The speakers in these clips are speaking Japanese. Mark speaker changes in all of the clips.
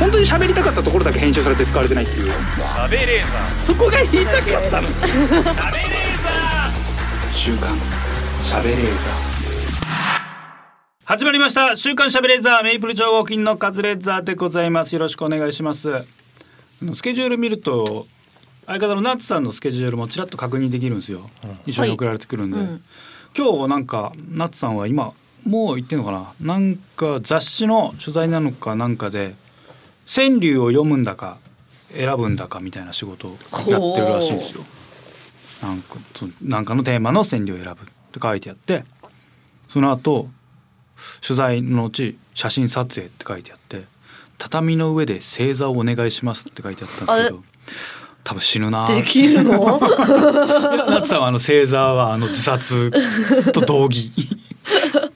Speaker 1: 本当に喋りたかったところだけ編集されて使われてないっていう
Speaker 2: 食べれー
Speaker 1: そこが言いたかったの週刊喋れー
Speaker 2: 始まりました週刊しゃべレーザーメイプル超合金のカズレーザーでございますよろしくお願いしますあのスケジュール見ると相方のナッツさんのスケジュールもちらっと確認できるんですよ、一緒に送られてくるんで、今日なんかナッツさんは今もう言ってんのかななんか雑誌の取材なのかなんかで川柳を読むんだか選ぶんだかみたいな仕事をやってるらしいんですよなんかそなんかのテーマの川柳を選ぶって書いてあってその後取材の後写真撮影って書いてあって畳の上で正座をお願いしますって書いてあったんですけど多分死ぬな
Speaker 3: できるの
Speaker 2: 夏さんはあの正座はあの自殺と同 義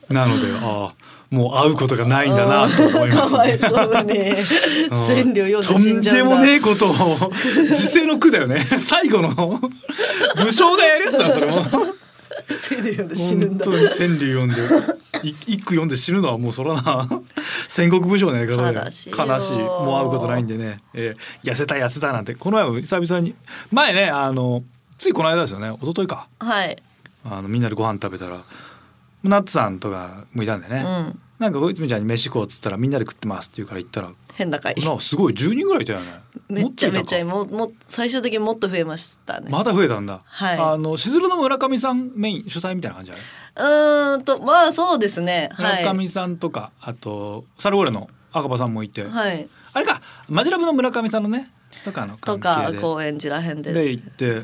Speaker 2: なのでああもう会うことがないんだなと思いま
Speaker 3: か
Speaker 2: す
Speaker 3: わ
Speaker 2: ね
Speaker 3: い。そうに
Speaker 2: うん
Speaker 3: 千両読んで死んじゃうんだ
Speaker 2: とんでもねえことを時世の句だよね最後の武将がやるやつだそれも
Speaker 3: 千両読んで死ぬん
Speaker 2: 本
Speaker 3: だ
Speaker 2: 当に川柳読んでい一句読んで死ぬのはもうそらな戦国武将のやり方で
Speaker 3: 悲しいよ
Speaker 2: 悲しいもう会うことないんでね、えー痩せた痩せたなんてこの前も久々に前ねあのついこの間ですよね一昨日か
Speaker 3: はい
Speaker 2: あのみんなでご飯食べたらナッツさんとかもいたんでね、
Speaker 3: うん
Speaker 2: なんかこいつみちゃんに飯食おうっつったらみんなで食ってますって言うから行ったら
Speaker 3: 変な回
Speaker 2: なんかすごい10人ぐらいいたよね
Speaker 3: めっちゃめちゃ
Speaker 2: もっといたか
Speaker 3: もうもう最終的にもっと増えましたね、
Speaker 2: まだ増えたんだ、
Speaker 3: はい
Speaker 2: あのしずるの村上さんメイン主催みたいな感じじゃない、
Speaker 3: うーんとまあそうですねはい
Speaker 2: 村上さんとかあとサルゴレの赤羽さんもいて、
Speaker 3: はい
Speaker 2: あれかマジラブの村上さんのねとかの関
Speaker 3: と
Speaker 2: 係
Speaker 3: か
Speaker 2: で
Speaker 3: 高円寺らへんで
Speaker 2: で行って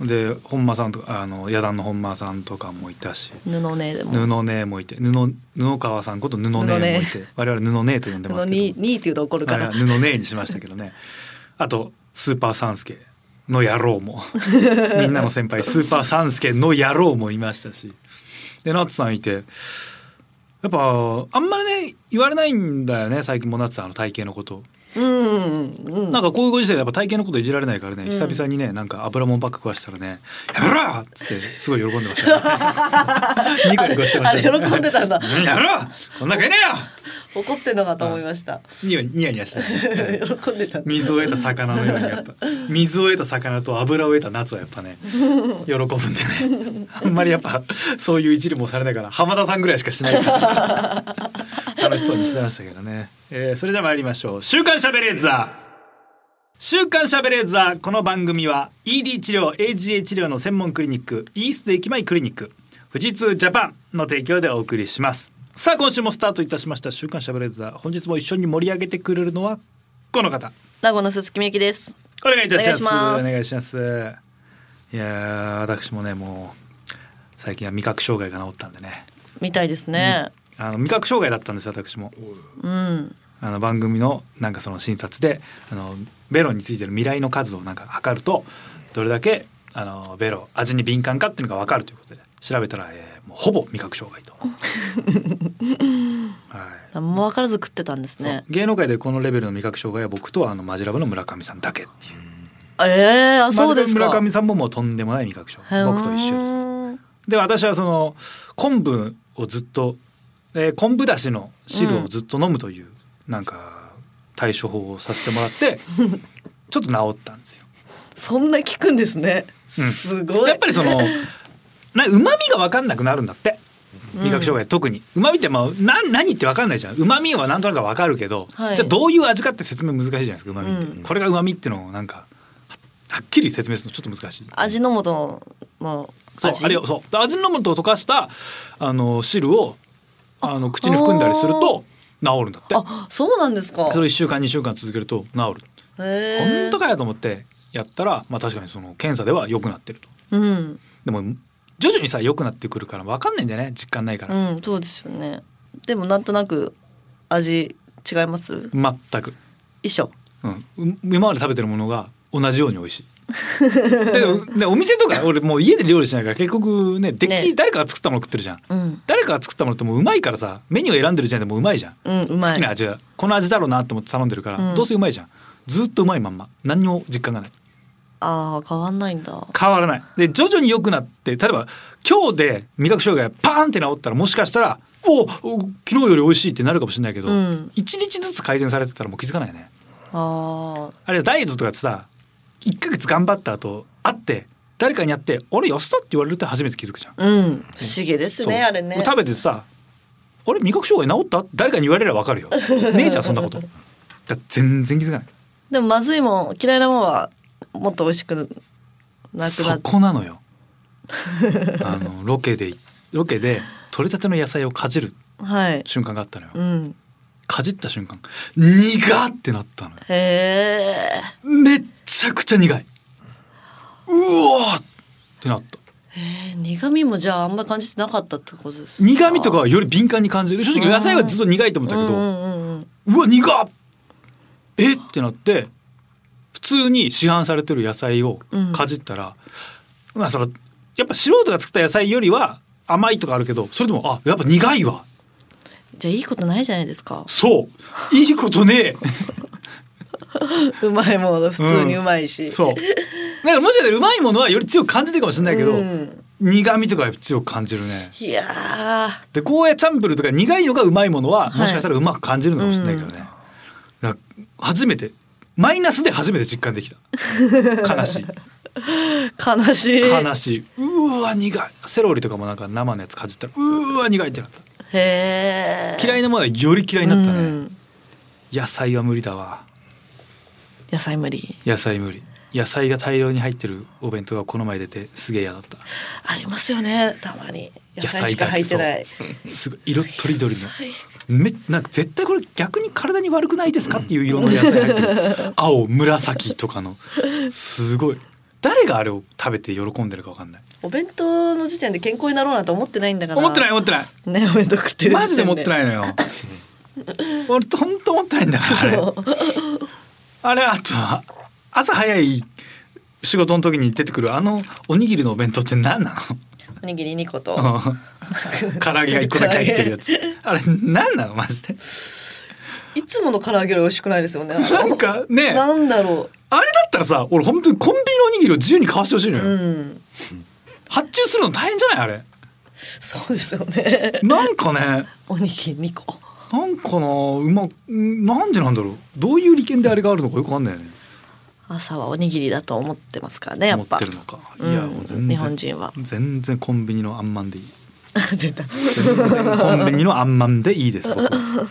Speaker 2: で本間さんとかあの野団の本間さんとかもいたし
Speaker 3: 布ねでも
Speaker 2: 布ねもいて布布川さんこと布ねもい
Speaker 3: 布ね
Speaker 2: て我々布ねと呼んでますけ
Speaker 3: 布
Speaker 2: ど
Speaker 3: ににって言うと怒るか
Speaker 2: あ
Speaker 3: ら
Speaker 2: 布ねえにしましたけどねあとスーパーサンスケの野郎 もみんなの先輩スーパーサンスケの野郎もいましたしでナッツさんいてやっぱあんまりね言われないんだよね最近もナッツさんの体型のこと、
Speaker 3: うんうん
Speaker 2: なんかこういうご時世でやっぱ体型のこといじられないからね、久々にねなんか油もんばっか食わしたらね「やめろ!」っつってすごい喜んでました、 ね、ニコニコしてま
Speaker 3: あ
Speaker 2: し
Speaker 3: れ
Speaker 2: たね、
Speaker 3: 喜んでたんだ
Speaker 2: うんやめろこんなんかいね
Speaker 3: 怒ってんのかと思いました
Speaker 2: えよニヤニヤして、ね、
Speaker 3: 喜んでたんだ
Speaker 2: 水を得た魚のようにやっぱ水を得た魚と油を得た夏はやっぱね喜ぶんでねあんまりやっぱそういういじりもされないから浜田さんぐらいしかしないから楽しそうにしてましたけどね、えーそれじゃあ参りましょう「週刊しゃべれーザー」週刊しゃべれーザーこの番組は ED 治療 AGA 治療の専門クリニックイースト駅前クリニック富士通ジャパンの提供でお送りしますさあ今週もスタートいたしました週刊しゃべれーザー本日も一緒に盛り上げてくれるのはこの方
Speaker 3: 名護の鈴木みゆきです
Speaker 2: お願いいたします。お
Speaker 3: お願いします
Speaker 2: 願いします。いやー私もねもう最近は味覚障害が治ったんでね。
Speaker 3: みたいですね
Speaker 2: あの味覚障害だったんですよ私も。
Speaker 3: うん
Speaker 2: あの番組のなんかその診察であのベロについてる未来の数をなんか測るとどれだけあのベロ味に敏感かっていうのがわかるということで調べたら、えーもうほぼ味覚障 害と。はい。
Speaker 3: 何も分からず食ってたんです
Speaker 2: そう
Speaker 3: ね
Speaker 2: 芸能界でこのレベルの味覚障害は僕とあのマジラブの村上さんだけっていう。
Speaker 3: ええあそうですか
Speaker 2: 村上さんももうとんでもない味覚障害僕と一緒です、
Speaker 3: す
Speaker 2: で私はその昆布をずっと、えー昆布だしの汁をずっと飲むという、なんか対処法をさせてもらって ちょっと治ったんですよ。
Speaker 3: そんな効くんですね
Speaker 2: うん
Speaker 3: すごい
Speaker 2: やっぱりそのなうまみが分かんなくなるんだって味覚障害特にうまみって、まあ、な何って分かんないじゃんうまみはなんとなく分かるけど、
Speaker 3: はい
Speaker 2: じゃあどういう味かって説明難しいじゃないですかうまみって、
Speaker 3: うん
Speaker 2: これがうまみってのをなんかははっきり説明するのちょっと難しい。
Speaker 3: 味の素のの
Speaker 2: そう
Speaker 3: 味
Speaker 2: あれをそうで味の素を溶かしたあの汁をあの口に含んだりすると治るんだって
Speaker 3: あそうなんですか
Speaker 2: それ1週間2週間続けると治る
Speaker 3: へえ
Speaker 2: 本当かよと思ってやったら、まあ、確かにその検査では良くなってると
Speaker 3: うん
Speaker 2: でも徐々にさ良くなってくるから分かんないんだよね実感ないから、
Speaker 3: うんそうですよねでもなんとなく味違います
Speaker 2: 全く、
Speaker 3: 一緒
Speaker 2: うん、う今まで食べてるものが同じように美味しいででお店とか俺もう家で料理しないから結局ねデッキ
Speaker 3: ね
Speaker 2: 誰かが作ったもの食ってるじゃん、
Speaker 3: うん
Speaker 2: 誰かが作ったものってもううまいからさメニューを選んでる時点でもううまいじゃん
Speaker 3: うんうまい
Speaker 2: 好きな味だこの味だろうなと思って頼んでるから、
Speaker 3: うん
Speaker 2: どうせうまいじゃんずっとうまいまんま何にも実感がない
Speaker 3: あー変わんないんだ
Speaker 2: 変わらないで徐々に良くなって例えば今日で味覚障害がパーンって治ったらもしかしたらおお昨日より美味しいってなるかもしれないけど、
Speaker 3: うん
Speaker 2: 一日ずつ改善されてたらもう気づかないよね
Speaker 3: ああ
Speaker 2: あれダイエットとかってさ1ヶ月頑張った後会って誰かに会って「あれ痩せた?」って言われるって初めて気づくじゃん。
Speaker 3: うん不思議です
Speaker 2: そう
Speaker 3: ねあれね
Speaker 2: 食べてさ「あれ味覚障害治った?」誰かに言われればわ かるよ。ねえじゃんそんなこと。だから全然気づかない。
Speaker 3: でもまずいもん嫌いなもんはもっと美味しくなくな
Speaker 2: そ
Speaker 3: っ
Speaker 2: こなのよ。 あのロケでロケで取れたての野菜をかじる
Speaker 3: はい
Speaker 2: 瞬間があったのよ。
Speaker 3: うん
Speaker 2: かじった瞬間苦ってなったのよ。
Speaker 3: へえ
Speaker 2: めっちゃくちゃ苦い。うわーってなった。
Speaker 3: えー苦味もじゃああんまり感じてなかったってことです
Speaker 2: 苦味とかはより敏感に感じる正直野菜はずっと苦いと思ったけ
Speaker 3: うんう
Speaker 2: ど、
Speaker 3: んうんうん
Speaker 2: うわ苦っえってなって普通に市販されてる野菜をかじったら、まあそのやっぱ素人が作った野菜よりは甘いとかあるけどそれでもあやっぱ苦いわ
Speaker 3: じゃあいいことないじゃないですか
Speaker 2: そういいことね
Speaker 3: うまいもの普通にうまいし、
Speaker 2: えそうだからもしかしたらうまいものはより強く感じてるかもしれないけど、
Speaker 3: うん
Speaker 2: 苦味とかは強く感じるね
Speaker 3: いや
Speaker 2: でゴーヤチャンプルーとか苦いのがうまいものは
Speaker 3: はい
Speaker 2: もしかしたらうまく感じるのかもしれないけどね、だから初めてマイナスで初めて実感できた 悲しい
Speaker 3: ー悲しい
Speaker 2: 悲しいうーわ苦いセロリとかもなんか生のやつかじったらうーわ苦いってなっ
Speaker 3: へえ
Speaker 2: た嫌い
Speaker 3: な
Speaker 2: なものはより嫌いになったね、
Speaker 3: うん、
Speaker 2: 野菜は無理だわ
Speaker 3: 野菜無理
Speaker 2: 野菜無理野菜が大量に入ってるお弁当がこの前出てすげえ嫌だった
Speaker 3: ありますよねたまに野菜しか入ってない
Speaker 2: そうすごい色とりどりの
Speaker 3: 野菜
Speaker 2: めなんか絶対これ逆に体に悪くないですかっていう色の野菜入ってる青紫とかのすごい誰があれを食べて喜んでるかわかんない
Speaker 3: お弁当の時点で健康になろうなんて思ってないんだから
Speaker 2: 思ってない思って ない
Speaker 3: ねお弁当食ってる
Speaker 2: マジで持って
Speaker 3: い
Speaker 2: ない のよ俺ほんと持ってないんだからあれあれあとは朝早い仕事の時に出てくるあのおにぎりのお弁当って何な
Speaker 3: おにぎり2個と
Speaker 2: の 唐揚げが一個だけ入ってるやつあれ何なのマジで
Speaker 3: いつもの唐揚げより美味しくないですよねあの
Speaker 2: なんかね
Speaker 3: なんだろ
Speaker 2: あれだったらさ俺本当にコンビニのおにぎりを自由に買わしてほしいのよ、
Speaker 3: ううん
Speaker 2: 発注するの大変じゃないあれ
Speaker 3: そうですよね
Speaker 2: なんかね
Speaker 3: おにぎり2個
Speaker 2: なんかなうまんなんでなんだろうどういう利権であれがあるのかよくわかんないよね
Speaker 3: 朝はおにぎりだと思ってますからねや
Speaker 2: 思
Speaker 3: っ
Speaker 2: って
Speaker 3: ぱ
Speaker 2: るのかいや、
Speaker 3: うん
Speaker 2: もう全然
Speaker 3: 日本人は
Speaker 2: 全然コンビニのあんまんでいい
Speaker 3: 出た
Speaker 2: 全然コンビニのあんまんでいいです 僕は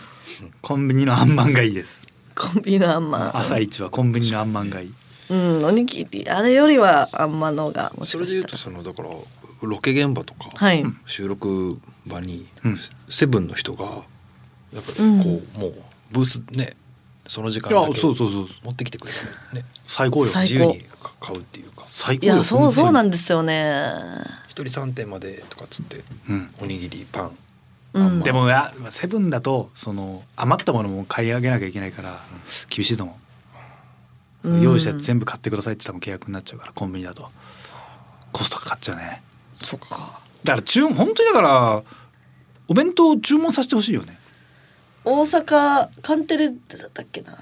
Speaker 2: コンビニのあんまんがいいです
Speaker 3: コンビニのあんま
Speaker 2: 朝一はコンビニのあんまんがいい
Speaker 3: うんおにぎりあれよりはあんまの方がもし
Speaker 4: そ
Speaker 3: か
Speaker 4: れで言
Speaker 3: し
Speaker 4: う
Speaker 3: た
Speaker 4: と
Speaker 3: ら
Speaker 4: そのだからロケ現場とか、
Speaker 3: はい
Speaker 4: 収録場に、
Speaker 2: うん
Speaker 4: セブンの人がやっぱりこう、もうブースねその時間だ
Speaker 2: い
Speaker 4: け
Speaker 2: やそうそうそう
Speaker 4: 持ってきてくれたのね
Speaker 2: 最高よ
Speaker 3: 最
Speaker 4: 自由に買うっていうか
Speaker 2: 最
Speaker 3: い
Speaker 2: 高よ
Speaker 3: やそうそうなん
Speaker 2: だ、
Speaker 3: ですよね
Speaker 4: 一人三点までとかっつって
Speaker 2: うん、
Speaker 4: おにぎりパン
Speaker 3: うん
Speaker 2: でもやセブンだとその余ったものも買い上げなきゃいけないから厳しいと思う、
Speaker 3: うん
Speaker 2: 用意したやつ全部買ってくださいって多分契約になっちゃうからコンビニだとコストかかっちゃうね
Speaker 3: そっか
Speaker 2: だから注文本当にだからお弁当を注文させてほしいよね
Speaker 3: 大阪カンテレだったっけな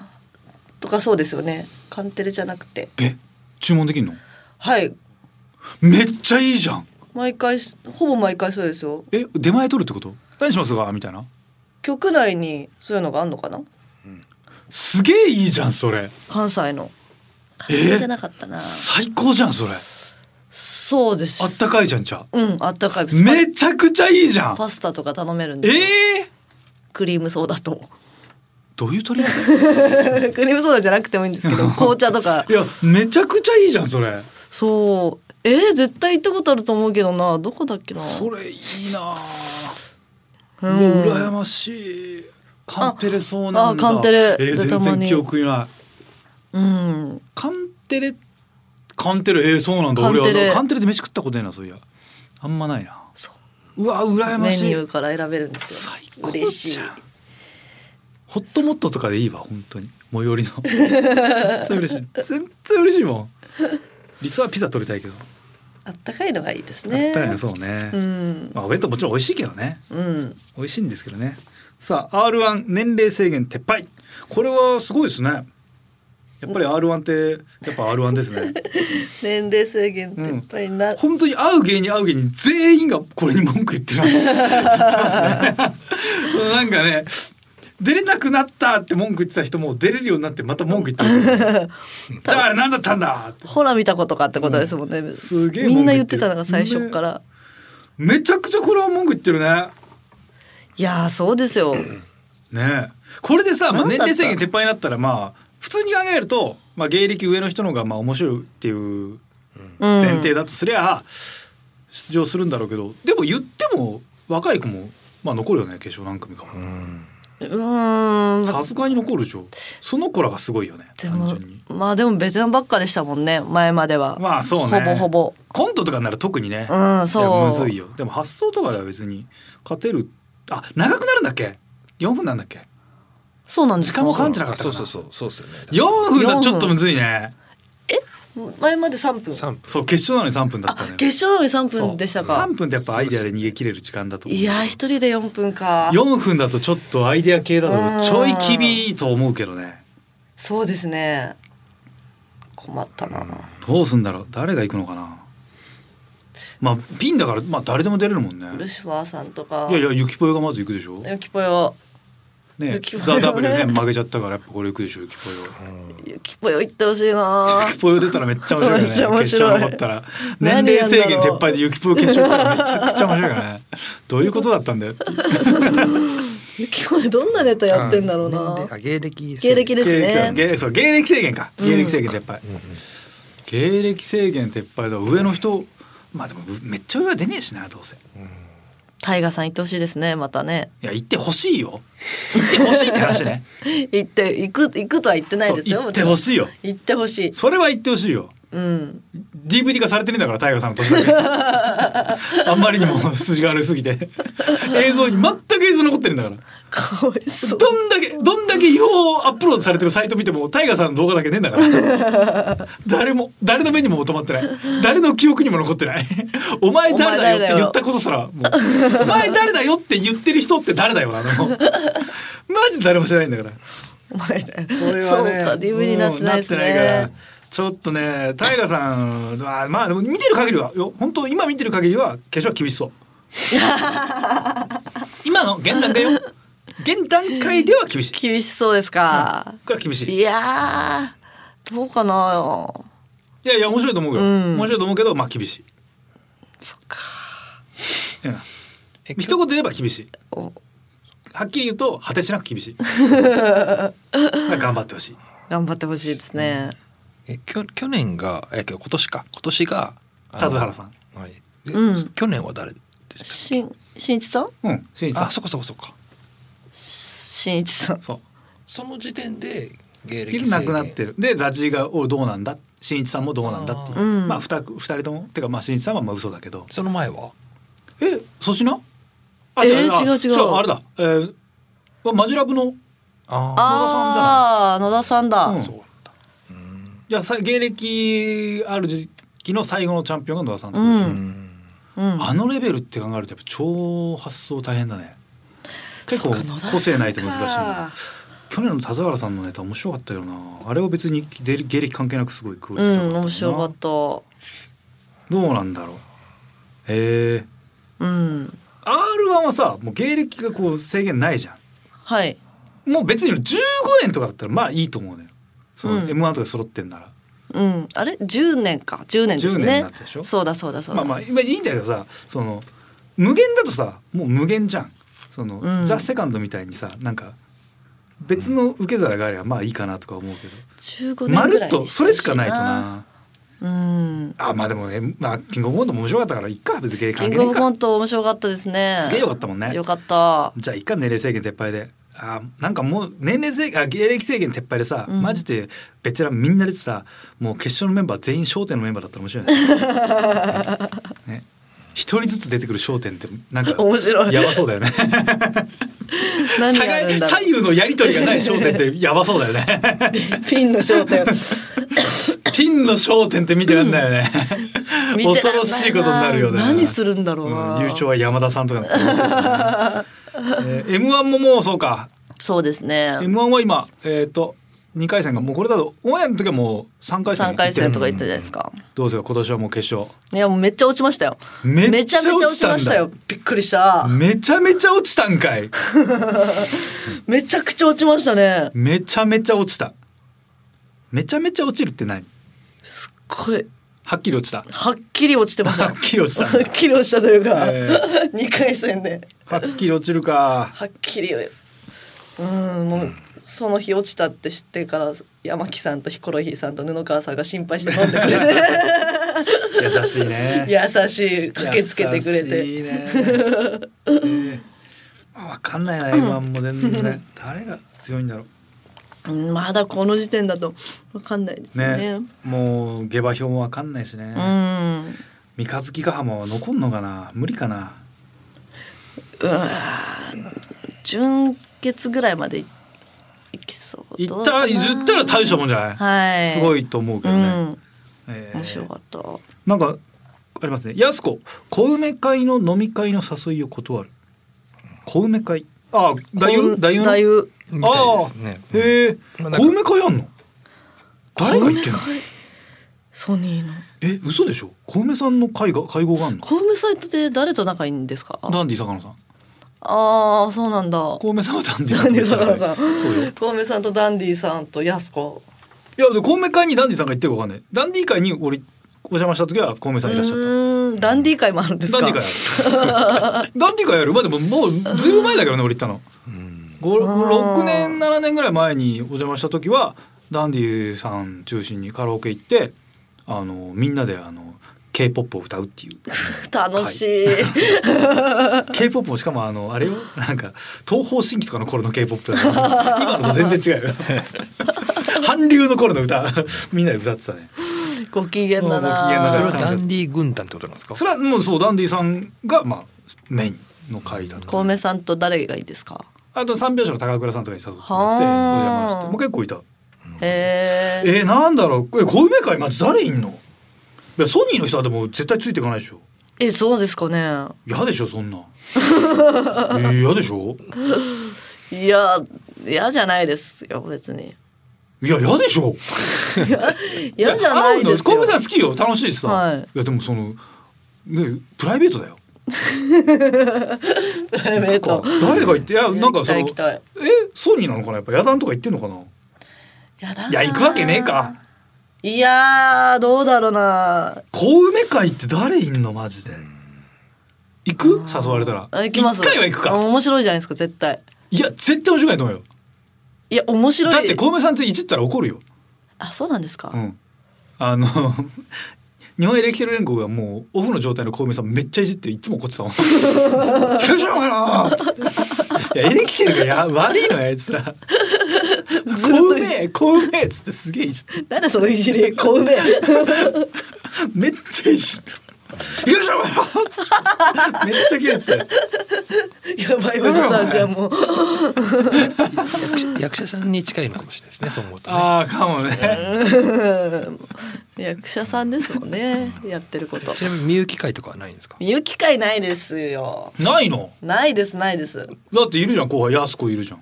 Speaker 3: とかそうですよねカンテレじゃなくて
Speaker 2: え注文できるの
Speaker 3: はい
Speaker 2: めっちゃいいじゃん
Speaker 3: 毎回ほぼ毎回そうですよ
Speaker 2: え出前取るってこと何しますかみたいな
Speaker 3: 局内にそういうのがあるのかな
Speaker 2: すげえいいじゃんそれ
Speaker 3: 関西の関
Speaker 2: え
Speaker 3: 西じゃなかったな、
Speaker 2: 最高じゃんそれあ
Speaker 3: そうです
Speaker 2: ったかい
Speaker 3: じ
Speaker 2: じゃんじゃ
Speaker 3: ゃんうんあったかいです
Speaker 2: んめちゃくちゃいいじゃん
Speaker 3: パスタとか頼めるん
Speaker 2: え
Speaker 3: で
Speaker 2: ー、
Speaker 3: クリームソーダと
Speaker 2: どういう取り合わ
Speaker 3: クリームソーダじゃなくてもいいんですけど紅茶とか
Speaker 2: せいやめちゃくちゃいいじゃんそれ
Speaker 3: そうえー、絶対行ったことあると思うけどなどこだっけな
Speaker 2: それいいなあう
Speaker 3: う
Speaker 2: わ
Speaker 3: ん
Speaker 2: 羨ましいカンテレそうなんだ
Speaker 3: ああカンテレ
Speaker 2: えー
Speaker 3: 出
Speaker 2: 全
Speaker 3: たま
Speaker 2: 然
Speaker 3: に
Speaker 2: 記憶いない
Speaker 3: うん
Speaker 2: カンテレカンテレえー、そうなんだ
Speaker 3: カンテレ
Speaker 2: 俺はカンテレで飯食ったことないなそういやあんまないな
Speaker 3: そう
Speaker 2: うわ羨ま
Speaker 3: メ
Speaker 2: し
Speaker 3: ニ
Speaker 2: い
Speaker 3: ューから選べるんですよ
Speaker 2: 最高
Speaker 3: 嬉しい
Speaker 2: じゃんホットモットとかでいいわ本当に最寄りの全然嬉しい全然嬉しいもん理想はピザ取りたいけど、
Speaker 3: あったかいのがいいです
Speaker 2: あ
Speaker 3: ね
Speaker 2: ったらねそうね、
Speaker 3: うん
Speaker 2: まあ、お弁当もちろん美味しいけどね
Speaker 3: うん
Speaker 2: 美味しいんですけどねさあ R1 年齢制限撤廃これはすごいですねやっぱり R1 ってやっぱ R1 ですね
Speaker 3: 年齢制限っていっぱいな、
Speaker 2: 本当に会う芸人会う芸人全員がこれに文句言ってる言ってますねそうなんかね出れなくなったって文句言ってた人も出れるようになってまた文句言ってますよ、 じゃああれ何だったんだって
Speaker 3: ほら見たことかってことですもんね、
Speaker 2: すげえ
Speaker 3: み
Speaker 2: 文
Speaker 3: んな
Speaker 2: 句
Speaker 3: 言
Speaker 2: 言
Speaker 3: っ
Speaker 2: っててる
Speaker 3: たのが最初から、
Speaker 2: めちゃくちゃこれは文句言ってるね
Speaker 3: いやーそうですよ
Speaker 2: ねえこれでさ、まあ、
Speaker 3: なんだ
Speaker 2: 年
Speaker 3: った
Speaker 2: 齢制限撤廃になったらまあ普通に考えると、まあ、芸歴上の人の方がまあ面白いっていう
Speaker 3: 前
Speaker 2: 前提だとすりゃ、出場するんだろうけどでも言っても若い子も、まあ、残るよね決勝何組かも
Speaker 4: うん
Speaker 3: うーん
Speaker 2: さすがに残るでしょその子らがすごいよね
Speaker 3: で
Speaker 2: 単
Speaker 3: も
Speaker 2: 純に
Speaker 3: まあでもベテランばっかでしたもんね前までは、
Speaker 2: まあそう
Speaker 3: ほ
Speaker 2: ね
Speaker 3: ぼほぼ
Speaker 2: コントとかなら特にね、
Speaker 3: うんそう
Speaker 2: いやむずいよでも発想とかでは別に勝てるあ長くなるんだっけ4分なんだっけ
Speaker 3: そうなんです
Speaker 2: 時間もかかんじゃ
Speaker 4: な
Speaker 2: なんか
Speaker 4: か
Speaker 2: った
Speaker 4: そう
Speaker 2: かな
Speaker 4: そうそうそうっすよね
Speaker 2: 4分だとちょっとむずいね
Speaker 3: 前まで3分
Speaker 4: 三分
Speaker 2: そう決勝なのに3分だった
Speaker 3: あ
Speaker 2: のよ
Speaker 3: 決勝のに3
Speaker 2: そう
Speaker 3: 分でしたか
Speaker 2: 3分ってやっぱアイデアで逃げ切れる時間だと思う
Speaker 3: いやー一人で4分か
Speaker 2: 4分だとちょっとアイデア系だとちょいきびいと思うけどね
Speaker 3: そうですね困ったな、
Speaker 2: どうすんだろう誰が行くのかなまあピンだからまあ誰でも出れるもんね
Speaker 3: ルシファーさんとか
Speaker 2: いやいやゆきぽよがまず行くでしょ
Speaker 3: ゆきぽよ
Speaker 2: ね
Speaker 3: ゆきぽよ
Speaker 2: ザ・
Speaker 3: ね
Speaker 2: W ね負けちゃったからやっぱこれ行くでしょゆきぽよ
Speaker 3: ゆきぽよ行ってほしいな
Speaker 2: ゆきぽよ出たらめっちゃ面白いよね
Speaker 3: めっちゃ 面白い
Speaker 2: 決勝残ったら年
Speaker 3: 何や
Speaker 2: 齢
Speaker 3: んだろう
Speaker 2: 制限撤廃でゆきぽよ決勝行ったらめちゃくちゃ面白いからねどういうことだったんだよっていう
Speaker 3: ゆきぽよどんなネタやってんだろうな
Speaker 4: 年齢あ芸歴
Speaker 3: 芸歴ですね
Speaker 2: 芸歴そう芸歴制限か芸歴制限撤廃、芸歴制限撤廃だ上の人まあでもうめっちゃ上は出ねえしなどうせい
Speaker 3: タイガさん行ってほしいですねまたね
Speaker 2: や行ってほしいよ行ってほしいって話ね
Speaker 3: 行って行く行くとは言って ないですよ
Speaker 2: そう行ってほ
Speaker 3: い
Speaker 2: しいよ
Speaker 3: 行ってほしい
Speaker 2: それは言ってほしいよ
Speaker 3: うん
Speaker 2: DVD 化されてねえんだからタイガーさんの年だ けあんまりにも筋が悪すぎて映像に全く映像残ってるんだから
Speaker 3: かわいそう
Speaker 2: どんだけどんだけ違法アップロードされてるサイト見てもタイガーさんの動画だけねえんだから 誰も誰の目にも止まってない誰の記憶にも残ってない お前誰だよって言ったことすらもうお前誰だよって言ってる人って誰だよなあ のマジ誰も知らないんだから
Speaker 3: お前だよ
Speaker 2: これ
Speaker 3: そ
Speaker 2: は
Speaker 3: う
Speaker 2: ね
Speaker 3: か DV になってないです
Speaker 2: うんなってない
Speaker 3: ね
Speaker 2: からちょっとねタイガーさんはまあでも見てる限りはよ本当今見てる限りは化粧は厳しそう今の現段階 よ現段階では厳しい
Speaker 3: 厳しそうですか、
Speaker 2: これは厳しい
Speaker 3: いやーどうかなよ
Speaker 2: いやいや面白いと思うよ、
Speaker 3: うん
Speaker 2: 面白いと思うけどまあ厳し
Speaker 3: そっか
Speaker 2: い、うん、一言で言えば厳しい
Speaker 3: お
Speaker 2: はっきり言うと果てしなく厳 しい頑張ってほしい
Speaker 3: 頑張ってほしいですね、
Speaker 4: え去去年がえ今年か今年があの
Speaker 2: 田津原さん
Speaker 4: はいで
Speaker 3: うん
Speaker 4: 去年は誰でした
Speaker 3: しんしんいちさん
Speaker 2: うんしんいちさん
Speaker 4: あそこそこそこか
Speaker 3: しんいちさん
Speaker 2: そう
Speaker 4: その時点で芸歴
Speaker 2: 結局
Speaker 4: 制限
Speaker 2: なくなってるでザジが「おいどうなんだ」しんいちさんもどうなんだっていう、
Speaker 3: うん
Speaker 2: まあ 2, 人ともてかまあしんいちさんはまあ嘘だけど
Speaker 4: その前は
Speaker 2: え粗品
Speaker 3: えー
Speaker 2: 違うあ
Speaker 3: 違う違う
Speaker 2: あれだえーわマジラブの
Speaker 4: あ
Speaker 3: あー野田さんだ、
Speaker 2: うん
Speaker 4: そうなんだ
Speaker 2: いやさ芸歴ある時期の最後のチャンピオンが野田さんだ
Speaker 3: う
Speaker 4: うんん
Speaker 3: うん
Speaker 2: あのレベルって考えるとやっぱ超発想大変だね結構
Speaker 3: そっか野田さんか
Speaker 2: 個性ないと難しいな去年の田津原さんのネタ面白かったよなあれは別に芸歴関係なくすごいクオリ
Speaker 3: う
Speaker 2: ティ高かった
Speaker 3: ん面白かった
Speaker 2: どうなんだろうえー、
Speaker 3: うん
Speaker 2: R1 はさもう芸歴がこう制限ないじゃ
Speaker 3: はい
Speaker 2: んもう別に15年とかだったらまあいいと思うのよその
Speaker 3: うん
Speaker 2: m 1とかで揃ってんなら、
Speaker 3: うんあれ10年か10年です
Speaker 2: 10年に
Speaker 3: ね
Speaker 2: なったでしょ
Speaker 3: そうだそうだそう
Speaker 2: ま
Speaker 3: だ、
Speaker 2: あまあ今いいんだけどさその無限だとさもう無限じゃんその、
Speaker 3: うん
Speaker 2: ザ・セカンドみたいにさなんか別の受け皿があればまあいいかなとか思うけど、
Speaker 3: 15
Speaker 2: ま
Speaker 3: 年ぐ
Speaker 2: る
Speaker 3: ら
Speaker 2: っ
Speaker 3: い
Speaker 2: と
Speaker 3: に
Speaker 2: それしかないとな
Speaker 3: うん
Speaker 2: あまあでもね、まあ、キングオブコントも面白かったからいっか別に芸歴
Speaker 3: キ
Speaker 2: 関
Speaker 3: ン
Speaker 2: 係
Speaker 3: グ
Speaker 2: な
Speaker 3: オ
Speaker 2: い
Speaker 3: ブコ
Speaker 2: か
Speaker 3: ント面白かったですね
Speaker 2: すげえよかったもんね
Speaker 3: よかった
Speaker 2: じゃあいっか年齢制限撤廃であなんかもう年齢制あ芸歴制限撤廃でさ、
Speaker 3: うん
Speaker 2: マジでベテランみんな出てさもう決勝のメンバー全員『笑点』のメンバーだったら面白いねね ね一人ずつ出てくる『笑点』ってなんか
Speaker 3: 面白い
Speaker 2: やばそうだよね互い左
Speaker 3: 何があるんだろ
Speaker 2: 右
Speaker 3: う
Speaker 2: のやりとりがない『笑点』ってやばそうだよ ね
Speaker 3: ピンの焦 点
Speaker 2: ピンの『笑点』って見てらんないよね
Speaker 3: 見て
Speaker 2: 恐ろしいことになるよね
Speaker 3: 何するんだろ
Speaker 2: う
Speaker 3: うんな、
Speaker 2: 優勝は山田さんとかになって面白いしねえー M1 ももうそうか
Speaker 3: そうですね
Speaker 2: M1 は今えっ、と2回戦がもうこれだとオンエアの時はもう3回戦
Speaker 3: 三回戦とか言ったじゃないですか。
Speaker 2: どうですか今年はもう決勝
Speaker 3: いやもうめっちゃ落ちましたよ。
Speaker 2: めっちゃ
Speaker 3: めちゃめちゃ落ちましたよ。びっくりした。
Speaker 2: めちゃめちゃ落ちたんかい
Speaker 3: めちゃくちゃ落ちましたね。
Speaker 2: めちゃめちゃ落ちためちゃめちゃ落ちるって何
Speaker 3: これ
Speaker 2: はっきり落ちた
Speaker 3: はっきり落ちてました。
Speaker 2: はっきり 落ちた
Speaker 3: はっきり落ちたというか
Speaker 2: えー、
Speaker 3: 二回戦で
Speaker 2: はっきり落ちるか
Speaker 3: はっきり。うんもうその日落ちたって知ってから山木さんとヒコロヒーさんと布川さんが心配して飲んでく れて
Speaker 2: 優しいね
Speaker 3: 優しい駆けつけてくれ
Speaker 2: 優しい
Speaker 3: て。
Speaker 2: ねねまあわかんないな M1 も全然誰が強いんだろう
Speaker 3: うんまだこの時点だとわかんないですね。
Speaker 2: ねもう下馬評もわかんないしね、
Speaker 3: うん。
Speaker 2: 三日月ヶ浜は残んのかな無理かな
Speaker 3: 純潔ぐらいまでいいきそう
Speaker 2: 行
Speaker 3: どう
Speaker 2: っ
Speaker 3: か
Speaker 2: た
Speaker 3: な
Speaker 2: ら言ったら大したもんじゃない、
Speaker 3: はい
Speaker 2: すごいと思うけどね、えー
Speaker 3: うん面白かった、
Speaker 2: なんかありますねやす子小梅会の飲み会の誘いを断る小梅会あだ
Speaker 3: こ
Speaker 2: ゆ
Speaker 3: ん
Speaker 2: だゆ
Speaker 3: だゆ
Speaker 4: みたいですね
Speaker 2: あーへえ、
Speaker 4: まあなんか
Speaker 2: 小梅会あんの誰が言ってんの
Speaker 3: 小梅会ソニーの
Speaker 2: え嘘でしょ小梅さんの会が会合があんの
Speaker 3: 小梅サイトって誰と仲いいんですか
Speaker 2: ダンディ坂野さん
Speaker 3: ああそうなんだ
Speaker 2: 小梅さんはダンディ
Speaker 3: ダ
Speaker 2: 坂
Speaker 3: ンデ
Speaker 2: 野
Speaker 3: ィ
Speaker 2: さ
Speaker 3: 坂
Speaker 2: ん
Speaker 3: 野さん
Speaker 2: そうよ
Speaker 3: 小梅さんとダンディさんとやす子
Speaker 2: いやでも小梅会にダンディさんが行ってるかわかんないダンディ会に俺お邪魔した時は小梅さんいらっしゃった
Speaker 3: うーんダンディ会もあるんですか
Speaker 2: ダンディ会やる ダンディ会やるまあでももうずいぶん前だけどね俺行ったの
Speaker 4: うん
Speaker 2: 5 6年7年ぐらい前にお邪魔した時はダンディさん中心にカラオケ行ってあのみんなであの k p o p を歌うっていう
Speaker 3: 楽しい、
Speaker 2: k p o p もしかもあのあれよなんか東方神起とかの頃の k p o p だから今のと全然違うよ韓流の頃の歌みんなで歌ってたね
Speaker 3: ご機嫌だ
Speaker 2: ご機嫌だ
Speaker 4: それは
Speaker 2: な
Speaker 3: な
Speaker 4: ダンディ軍団ってことなんですか
Speaker 2: それはもうそうダンディさんが、まあ、メインの回だった
Speaker 3: 小梅さんと誰がいいですか
Speaker 2: あと三拍子の高倉さんとかに誘ってもらってお
Speaker 3: はあ
Speaker 2: 邪魔してもう結構いた
Speaker 3: へえ
Speaker 2: えー、なんだろうえ小梅会マジ誰いんのいやソニーの人はでも絶対ついていかないでしょ
Speaker 3: えそうですかね
Speaker 2: 嫌でしょそんなえー嫌でしょ
Speaker 3: いや嫌じゃないですよ別に
Speaker 2: いや嫌でしょ
Speaker 3: 嫌じゃないですよ
Speaker 2: 小梅さん好きよ楽しいしさ、
Speaker 3: はい
Speaker 2: い、やでもその、ね、プライベートだよ
Speaker 3: プライベート
Speaker 2: なんか誰が言っていや なんかその
Speaker 3: 行きたい行
Speaker 2: えソニーなのかなやっぱ野山とか行ってんのかな
Speaker 3: きたいやだ
Speaker 2: いや行くわけねえか
Speaker 3: いやーどうだろうな
Speaker 2: 小梅会って誰いんのマジで行く誘われたら
Speaker 3: あ行きます
Speaker 2: 一回は行くか
Speaker 3: 面白いじゃないですか絶対
Speaker 2: いや絶対面白くないと思うよ
Speaker 3: いや面白い
Speaker 2: だって小梅さんっていじったら怒るよ、
Speaker 3: あそうなんですか、
Speaker 2: うん、あの日本エレキテル連合がもうオフの状態の小梅さんめっちゃいじっていつも怒ってたも ん「急じゃお前ら!」いやエレキテルがや悪いのよあいつら「小梅小梅」っつってすげえいじって
Speaker 3: なんでそのいじり小梅
Speaker 2: めっちゃいじる「急じゃお前ら!」めっちゃキレてたよ
Speaker 3: やばいおじさんじゃんもう
Speaker 4: 役者役者さんに近いのかもしれないですねそう思うとね
Speaker 2: ああかもね
Speaker 3: 役者さんですもんねやってること
Speaker 4: ちなみにみゆき会とかはないんですか
Speaker 3: 見る機会ないですよ
Speaker 2: ないの
Speaker 3: ないですないです
Speaker 2: だっているじゃん後輩やす子いるじゃん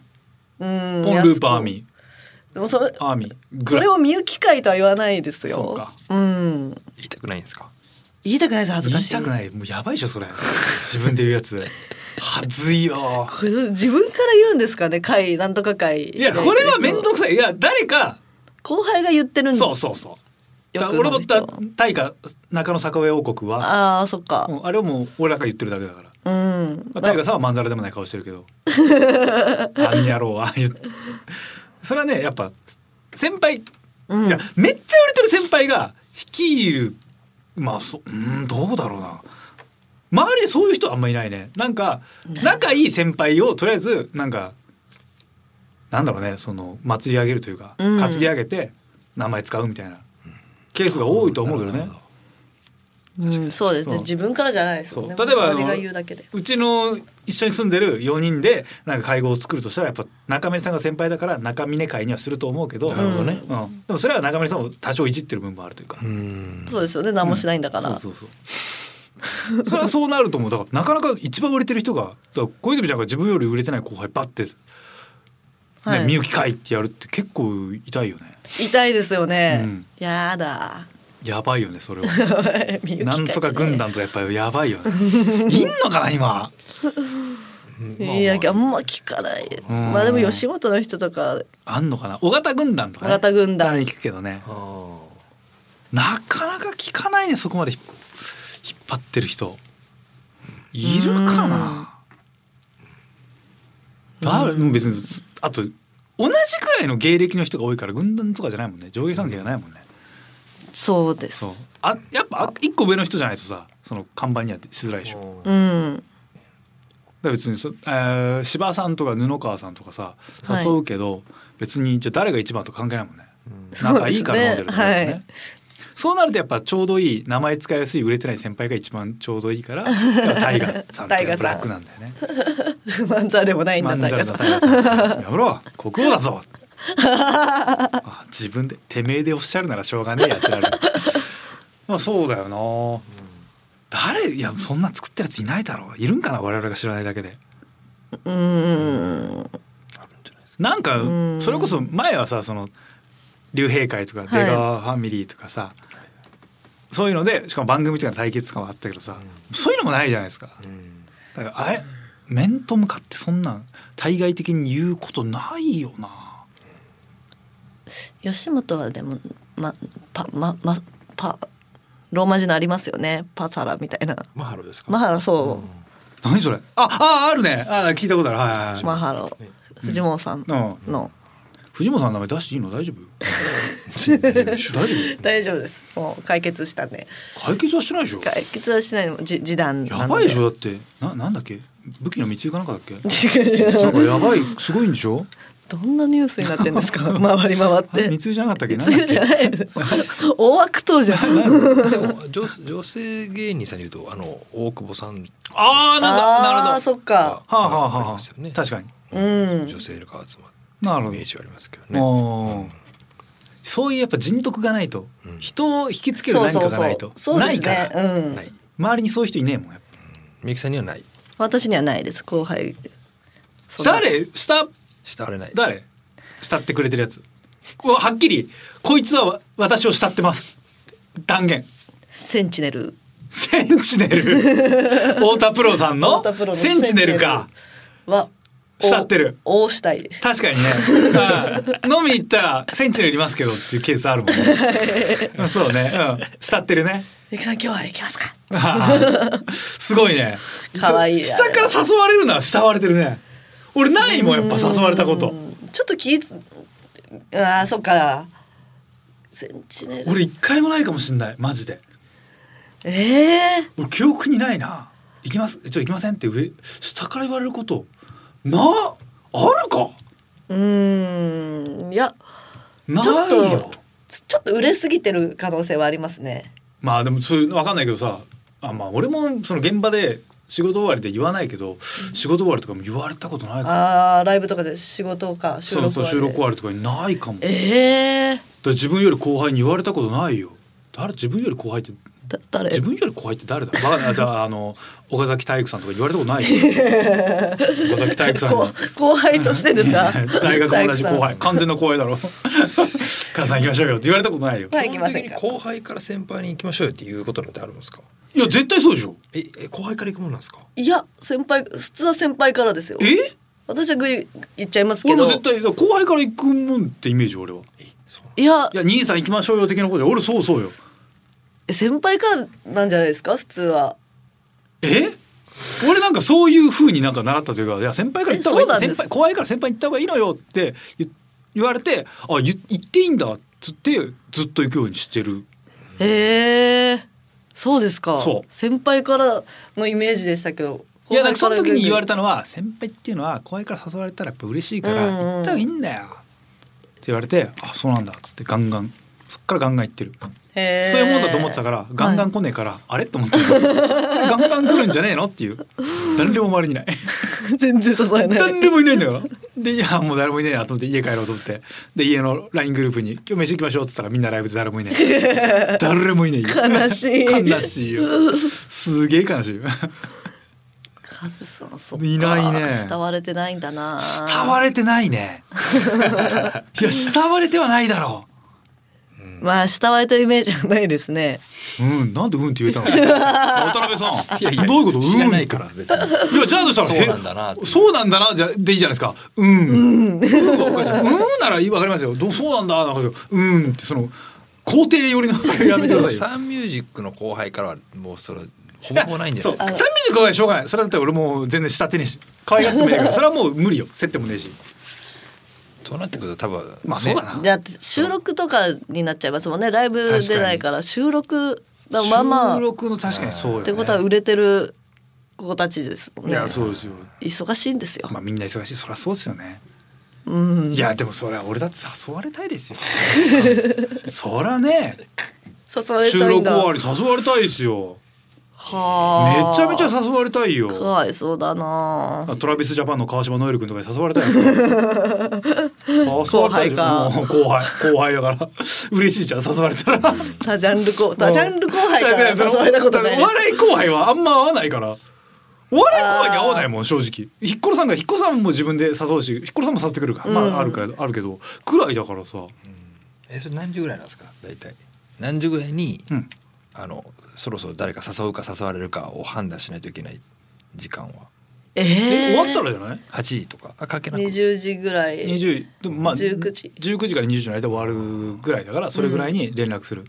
Speaker 3: うん
Speaker 2: ポンループアーミ
Speaker 3: ーでもそれ
Speaker 2: ーアーミーぐ
Speaker 3: そ
Speaker 2: らい
Speaker 3: れを見る機会とは言わないですよ
Speaker 2: そうか
Speaker 3: うん
Speaker 4: 言いたくないんですか
Speaker 3: 言いたくないです恥ず
Speaker 2: 言
Speaker 3: か
Speaker 2: い
Speaker 3: しい
Speaker 2: たくないもうやばいでしょそれ自分で言うや つはずいよ
Speaker 3: これ自分から言うんですかね会なんとか会
Speaker 2: いやこれは面倒くさいいや誰か
Speaker 3: 後輩が言ってるんで
Speaker 2: そうそうそう
Speaker 3: よ
Speaker 2: だ
Speaker 3: く
Speaker 2: 俺
Speaker 3: 飲
Speaker 2: も
Speaker 3: む人
Speaker 2: だ大河中野坂上王国は
Speaker 3: ああそっか
Speaker 2: うんあれはもう俺なんか言ってるだけだから
Speaker 3: うん
Speaker 2: まあ大河さんはまんざらでもない顔してるけ どあんやろうは言ってそれはねやっぱ先輩
Speaker 3: うん
Speaker 2: じゃあめっちゃ売れてる先輩が率いるまあそううんどうだろうな周りでそういう人あんまいないねなんか仲いい先輩をとりあえずなんかなんだろうねその祭り上げるというか、
Speaker 3: うん
Speaker 2: 担ぎ上げて名前使うみたいなケースが多いと思うけど
Speaker 4: な
Speaker 2: ね
Speaker 4: るほど
Speaker 3: うんそうです
Speaker 2: そう
Speaker 3: ね自分からじゃないですよね
Speaker 2: そう例えばあの
Speaker 3: 周りが言うだけで
Speaker 2: うちの一緒に住んでる4人でなんか会合を作るとしたらやっぱ中森さんが先輩だから中峰会にはすると思うけど
Speaker 4: なるほどね
Speaker 2: うんでもそれは中森さんを多少いじってる部分もあるというか
Speaker 4: う。ん
Speaker 3: そうですよね何もしないんだから
Speaker 2: そうそうそう それはそうなると思うだからなかなか一番売れてる人がだから小泉ちゃんが自分より売れてない後輩バッて
Speaker 3: はい
Speaker 2: みゆきかいってやるって結構痛いよね
Speaker 3: 痛いですよね、
Speaker 2: うん
Speaker 3: やだ
Speaker 2: やばいよねそれは
Speaker 3: みゆき
Speaker 2: なんとか軍団とかやっぱりやばいよねいんのかな今
Speaker 4: うん
Speaker 3: いやあ
Speaker 4: まあま
Speaker 3: んま聞かない
Speaker 2: ん
Speaker 3: まあでも吉本の人とか
Speaker 2: あんのかな尾形軍団とか、
Speaker 3: 尾形軍団
Speaker 2: たまに聞くけどね
Speaker 4: ああ
Speaker 2: なかなか聞かないねそこまで引っ引っ張ってる人いるかなあ別にすあと同じくらいの芸歴の人が多いから軍団とかじゃないもんね上下関係がないもんね、
Speaker 3: そうで
Speaker 2: そう
Speaker 3: す
Speaker 2: あやっぱあ一個上の人じゃないとさその看板にはしづらいでしょ、だか
Speaker 4: ー
Speaker 3: うん
Speaker 2: ら別にそ、えー、柴さんとか布川さんとかさ
Speaker 3: はい
Speaker 2: 誘うけど、別にじゃあ誰が一番とか関係ないもんね
Speaker 4: うん
Speaker 2: 仲いいから飲んでるとかね
Speaker 3: そうですねはい
Speaker 2: そうなるとやっぱちょうどいい名前使いやすい売れてない先輩が一番ちょうどいい からタイガさんってやっぱ楽なんだよね。
Speaker 3: 漫才でもないんだ
Speaker 2: 漫才の
Speaker 3: 高
Speaker 2: タイガさんやめろ国王だ ぞあ自分でてめえでおっしゃるならしょうがねえやってなる。まあそうだよな誰いやそんな作ってるやついないだろういるんかな我々が知らないだけで。
Speaker 3: さんうん
Speaker 4: あるんじゃないですか
Speaker 2: なんか
Speaker 3: うん
Speaker 2: それこそ前はさその竜兵会とか出
Speaker 3: はい
Speaker 2: 川ファミリーとかさ、そういうのでしかも番組とかの対決感はあったけどさ、
Speaker 4: う
Speaker 2: そういうのもないじゃないですか。
Speaker 4: うん
Speaker 2: だからあれ面と向かってそんなん対外的に言うことないよな。
Speaker 3: 吉本はでもまパままパローマ字のありますよねパサラみたいな
Speaker 4: マハロですか
Speaker 3: マハロ
Speaker 4: う
Speaker 3: そ、
Speaker 4: ん
Speaker 2: 何それ。あああるね。あ聞いたことある。はいはいうは
Speaker 3: マハロ
Speaker 4: ね
Speaker 3: 藤本さん
Speaker 2: い。うん。
Speaker 3: の、
Speaker 2: 藤本さんの名前出していいの大丈夫？大丈夫？
Speaker 3: 大丈夫ですもう解決したんで
Speaker 2: 解決はしてないでしょ。
Speaker 3: 解決はしてないのもじ示談なの
Speaker 2: やばいでしょ だってななんだっけ武器の密輸かなんかだっけ？
Speaker 3: 違う
Speaker 2: なんかやばいすごいんでしょ？
Speaker 3: どんなニュースになってんで すか回り回っ
Speaker 2: あれ
Speaker 3: て
Speaker 2: 三つじゃなかったっけ？なんだ
Speaker 3: 強
Speaker 2: っ
Speaker 3: じ
Speaker 2: け
Speaker 3: ゃないです大悪党じゃ ん
Speaker 4: でも女女性芸人さんで言うとあの大久保さん
Speaker 2: ああ、なんだ、なるほ
Speaker 3: あー
Speaker 2: ど。
Speaker 3: そっか
Speaker 2: はあ、はあ、
Speaker 4: あり
Speaker 2: は
Speaker 4: ましたよ
Speaker 2: あ
Speaker 4: ね。
Speaker 2: 確かに。
Speaker 3: うん
Speaker 4: 女性が集まって
Speaker 2: なる
Speaker 4: イ
Speaker 2: ほ
Speaker 4: メ
Speaker 2: ど
Speaker 4: ー。ジはありますけどね。
Speaker 2: おーそういうやっぱ人徳がないと
Speaker 4: うん、
Speaker 2: 人を引きつける
Speaker 3: そう
Speaker 2: 何
Speaker 3: そ
Speaker 2: か
Speaker 3: う
Speaker 2: が
Speaker 3: そ
Speaker 2: ないうと。
Speaker 3: そう
Speaker 2: な
Speaker 3: で
Speaker 2: い
Speaker 3: す
Speaker 2: か
Speaker 3: ね
Speaker 2: ら。
Speaker 3: うん
Speaker 4: ない。
Speaker 2: 周りにそういう人いねえもん。やっぱ
Speaker 4: みゆきさんにはない。
Speaker 3: 私にはないです後輩そんな
Speaker 2: 誰、下、
Speaker 4: 慕われない。
Speaker 2: 誰。慕ってくれてるやつ。うわはっきり、こいつは私を慕ってます。断言。
Speaker 3: センチネル
Speaker 2: センチネ ル。太田プロさんの
Speaker 3: 太田プロ。の
Speaker 2: センチネルか。
Speaker 3: は
Speaker 2: 慕ってる
Speaker 3: お大したいです
Speaker 2: 確かに ねはい飲み行ったらセンチネルいりますけどっていうケースあるもんねそうね、うん、慕ってる ね
Speaker 3: ゆきさん今日は行きますか
Speaker 2: あーすごいね
Speaker 3: 可愛い
Speaker 2: 下から誘われるのは慕われてるね俺ないもんやっぱ誘われたこと
Speaker 3: うんちょっと気つあーそっかセンチネル
Speaker 2: 俺一回もないかもしんないマジで
Speaker 3: ええ
Speaker 2: 俺記憶にないな行きますちょっと行きませんって上下から言われることなあるか
Speaker 3: うーんいや
Speaker 2: ない
Speaker 3: ちょっ
Speaker 2: よ
Speaker 3: とつちょっと売れすぎてる可能性はありますね
Speaker 2: まあでもそういうの分かんないけどさあまあ俺もその現場で仕事終わりで言わないけど、仕事終わりとかも言われたことないから
Speaker 3: あーライブとかで仕事か収
Speaker 2: そ
Speaker 3: 録
Speaker 2: うそう
Speaker 3: 終
Speaker 2: 収
Speaker 3: わ
Speaker 2: 録
Speaker 3: り
Speaker 2: 終わりとかにないかもだか
Speaker 3: ええ
Speaker 2: ら自分より後輩に言われたことないよ誰自分より後輩って
Speaker 3: だ誰
Speaker 2: 自分より後輩って誰だバカなじゃああの岡崎体育さんとか言われた ことないよ岡崎体育さん
Speaker 3: こ
Speaker 2: の
Speaker 3: う後輩としてですか
Speaker 2: 大学も同じ後
Speaker 3: 大
Speaker 2: 輩完全な後輩だ ろ母さん行きましょうよって言われたことないよ
Speaker 3: はい
Speaker 4: 基
Speaker 3: 行きま
Speaker 4: 本
Speaker 3: せ
Speaker 4: 的
Speaker 3: ん
Speaker 4: に
Speaker 3: か
Speaker 4: 後輩から先輩に行きましょうよっていうことなんてあるんですか。
Speaker 2: いや絶対そうでしょ
Speaker 4: ええ後輩から行くもんなんですか。
Speaker 3: いや先輩普通は先輩からですよ
Speaker 2: え
Speaker 3: 私はグイ言っちゃいますけ
Speaker 2: 俺
Speaker 3: ど
Speaker 2: も絶対後輩から行くもんってイメージ俺は。
Speaker 4: えそうなん
Speaker 3: いや
Speaker 2: いや兄さん行きましょうよ的なことで俺そうそうよ
Speaker 3: 先輩からなんじゃないですか普通は
Speaker 2: え俺なんかそういう風になんか習ったというかいや先輩から行った方がいい
Speaker 3: えそうなん
Speaker 2: 先
Speaker 3: です
Speaker 2: 輩怖いから先輩に行った方がいいのよって言言われてあゆ行っていいんだっつってずっと行くようにしてる
Speaker 3: へえそうですか
Speaker 2: そう
Speaker 3: 先輩からのイメージでしたけど
Speaker 2: いやなんかその時に言われ
Speaker 3: た
Speaker 2: たのは先輩っていうのは怖いから誘われたらやっぱ嬉しいから
Speaker 3: うんうん
Speaker 2: 行った方がいいんだよって言われてあそうなんだっつってガンガンそっからガンガン行ってるそういうもんだと思ってたからガンガン来ねえから、あれと思って ガンガン来るんじゃねえのっていう誰にも周りにいない。
Speaker 3: ら全然誘えない
Speaker 2: 誰もいないんだよ。 で、いや、もう誰もいないなと思って、家帰ろうと思って。で、家の LINE グループに、今日飯行きましょうって言ったら、みんなライブで誰 もいない。誰もいないよ。
Speaker 3: 悲しい
Speaker 2: 悲しいよ。すげえ悲しいよ。
Speaker 3: カズさんそっか
Speaker 2: いないね
Speaker 3: 慕われてないんだな
Speaker 2: 慕われてない ねいや慕われてはないだろ
Speaker 3: まあ慕われてるイメージはないですね
Speaker 2: ううんなんでうんって言えたの渡辺さんどういうこと
Speaker 4: 知らない
Speaker 2: か
Speaker 4: から 別に。
Speaker 2: いやじゃあどうしたら
Speaker 4: そうなんだなって
Speaker 2: へそうなんだなじゃでいいじゃないですかうんうんがおかしいうんならわかりますよどうそうなんだなんかうんってその肯定 寄りのやめてくださいよ
Speaker 4: サンミュージックの後輩からはもうそれほぼほぼないんじゃ
Speaker 2: そ
Speaker 4: な
Speaker 2: う
Speaker 4: いで
Speaker 2: 三
Speaker 4: す
Speaker 2: 味
Speaker 4: か。
Speaker 2: 軸はしょうがないそれだったら俺もう全然下手にし可愛がってもいい からそれはもう無理よ接点もねえし
Speaker 4: そうなってくると多分
Speaker 2: まあそうだ
Speaker 4: ね
Speaker 2: な、
Speaker 3: だって収録とかになっちゃいますもんねライブ出ないから収録だまあまあ
Speaker 2: 収録の確かにそうよ、ね、
Speaker 3: ってことは売れてる子たちですもん
Speaker 2: い
Speaker 3: ね
Speaker 2: やそうですよ
Speaker 3: 忙しいんですよ、
Speaker 2: まあみんな忙しいそりゃそうですよね
Speaker 3: うん
Speaker 2: いやでもそれは俺だって誘われたいです よそりゃね
Speaker 3: 誘われ
Speaker 2: 収
Speaker 3: たいん
Speaker 2: 録終
Speaker 3: だ
Speaker 2: わり誘われたいですよ
Speaker 3: はあ
Speaker 2: めちゃめちゃ誘われたいよ
Speaker 3: かわいそう だな
Speaker 2: トラビスジャパンの川島ノエル君とかに誘われた いよ誘われたいじゃん
Speaker 3: 後輩か
Speaker 2: もう後輩後輩だから 嬉しいじゃん誘われたら
Speaker 3: 多ジャンル後多ジャンル後輩から誘われたことない
Speaker 2: お
Speaker 3: です
Speaker 2: 笑い後輩はあんま合わないからお笑い後輩に合わないもん正直ひっころさんがひっころさんも自分で誘うしひっころさんも誘ってくるから、まああるかあるけどくらいだからさ、
Speaker 4: えそれ何時ぐらいなんですか大体。何時ぐらいに、
Speaker 2: うん
Speaker 4: あのそろそろ誰か誘うか誘われるかを判断しないといけない時間は
Speaker 3: え
Speaker 2: え
Speaker 3: え
Speaker 2: 終わったらじゃない
Speaker 4: 8時とかあかけなく
Speaker 3: 二十時ぐらい
Speaker 2: 二十でもまあ
Speaker 3: 19時
Speaker 2: 19時から20時の間終わるぐらいだからそれぐらいに連絡する、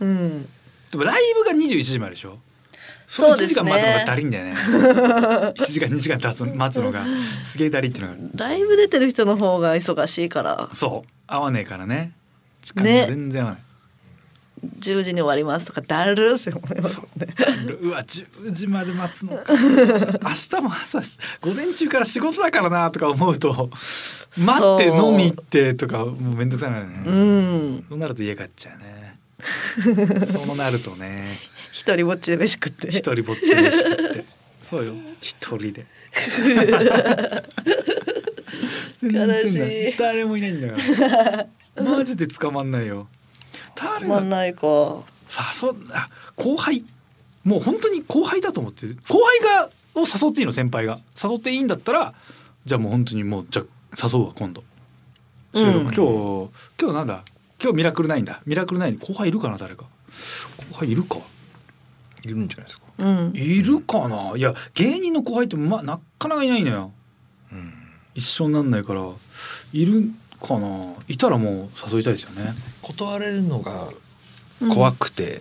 Speaker 3: うん
Speaker 2: でもライブが21時まででしょそ
Speaker 3: そ
Speaker 2: の1
Speaker 3: うですね
Speaker 2: 時間待つのがだりいんだよね 1時間2時間経つ待つのがすげえだりいっていうのがある
Speaker 3: ライブ出てる人の方が忙しいから
Speaker 2: そう合わねえからね時間
Speaker 3: ね
Speaker 2: が全然合わ ない、
Speaker 3: 10時に終わりますとかだるーって思いますもんね
Speaker 2: うわ10時まで待つのか明日も朝し午前中から仕事だからなとか思うと待って
Speaker 3: そう
Speaker 2: 飲み行ってとかもうめんどくさいなるね、
Speaker 3: うん
Speaker 2: そうなると家帰っちゃう ねそうなるとね
Speaker 3: 一人ぼっちで飯食って
Speaker 2: 一人ぼっちで飯食って そうよ一人で 全然
Speaker 3: 悲しい
Speaker 2: ない誰もいないんだ からマジで捕まんないよ
Speaker 3: つ
Speaker 2: 誰
Speaker 3: ま
Speaker 2: が
Speaker 3: んないか
Speaker 2: さあそうあ後輩もう本当に後輩だと思って後輩がを誘っていいの先輩が誘っていいんだったらじゃあもう本当にもうじゃあ誘うわ今度収録、
Speaker 3: うん
Speaker 2: 今日今日なんだ今日ミラクルないんだミラクルないに後輩いるかな誰か後輩いるか
Speaker 4: いるんじゃないですか、
Speaker 3: うん
Speaker 2: いるかないや芸人の後輩ってまあなかなかいないのよ
Speaker 4: うん、
Speaker 2: 一緒になんないからいるかないたらもう誘いたいですよね
Speaker 4: 断れるのが怖くて、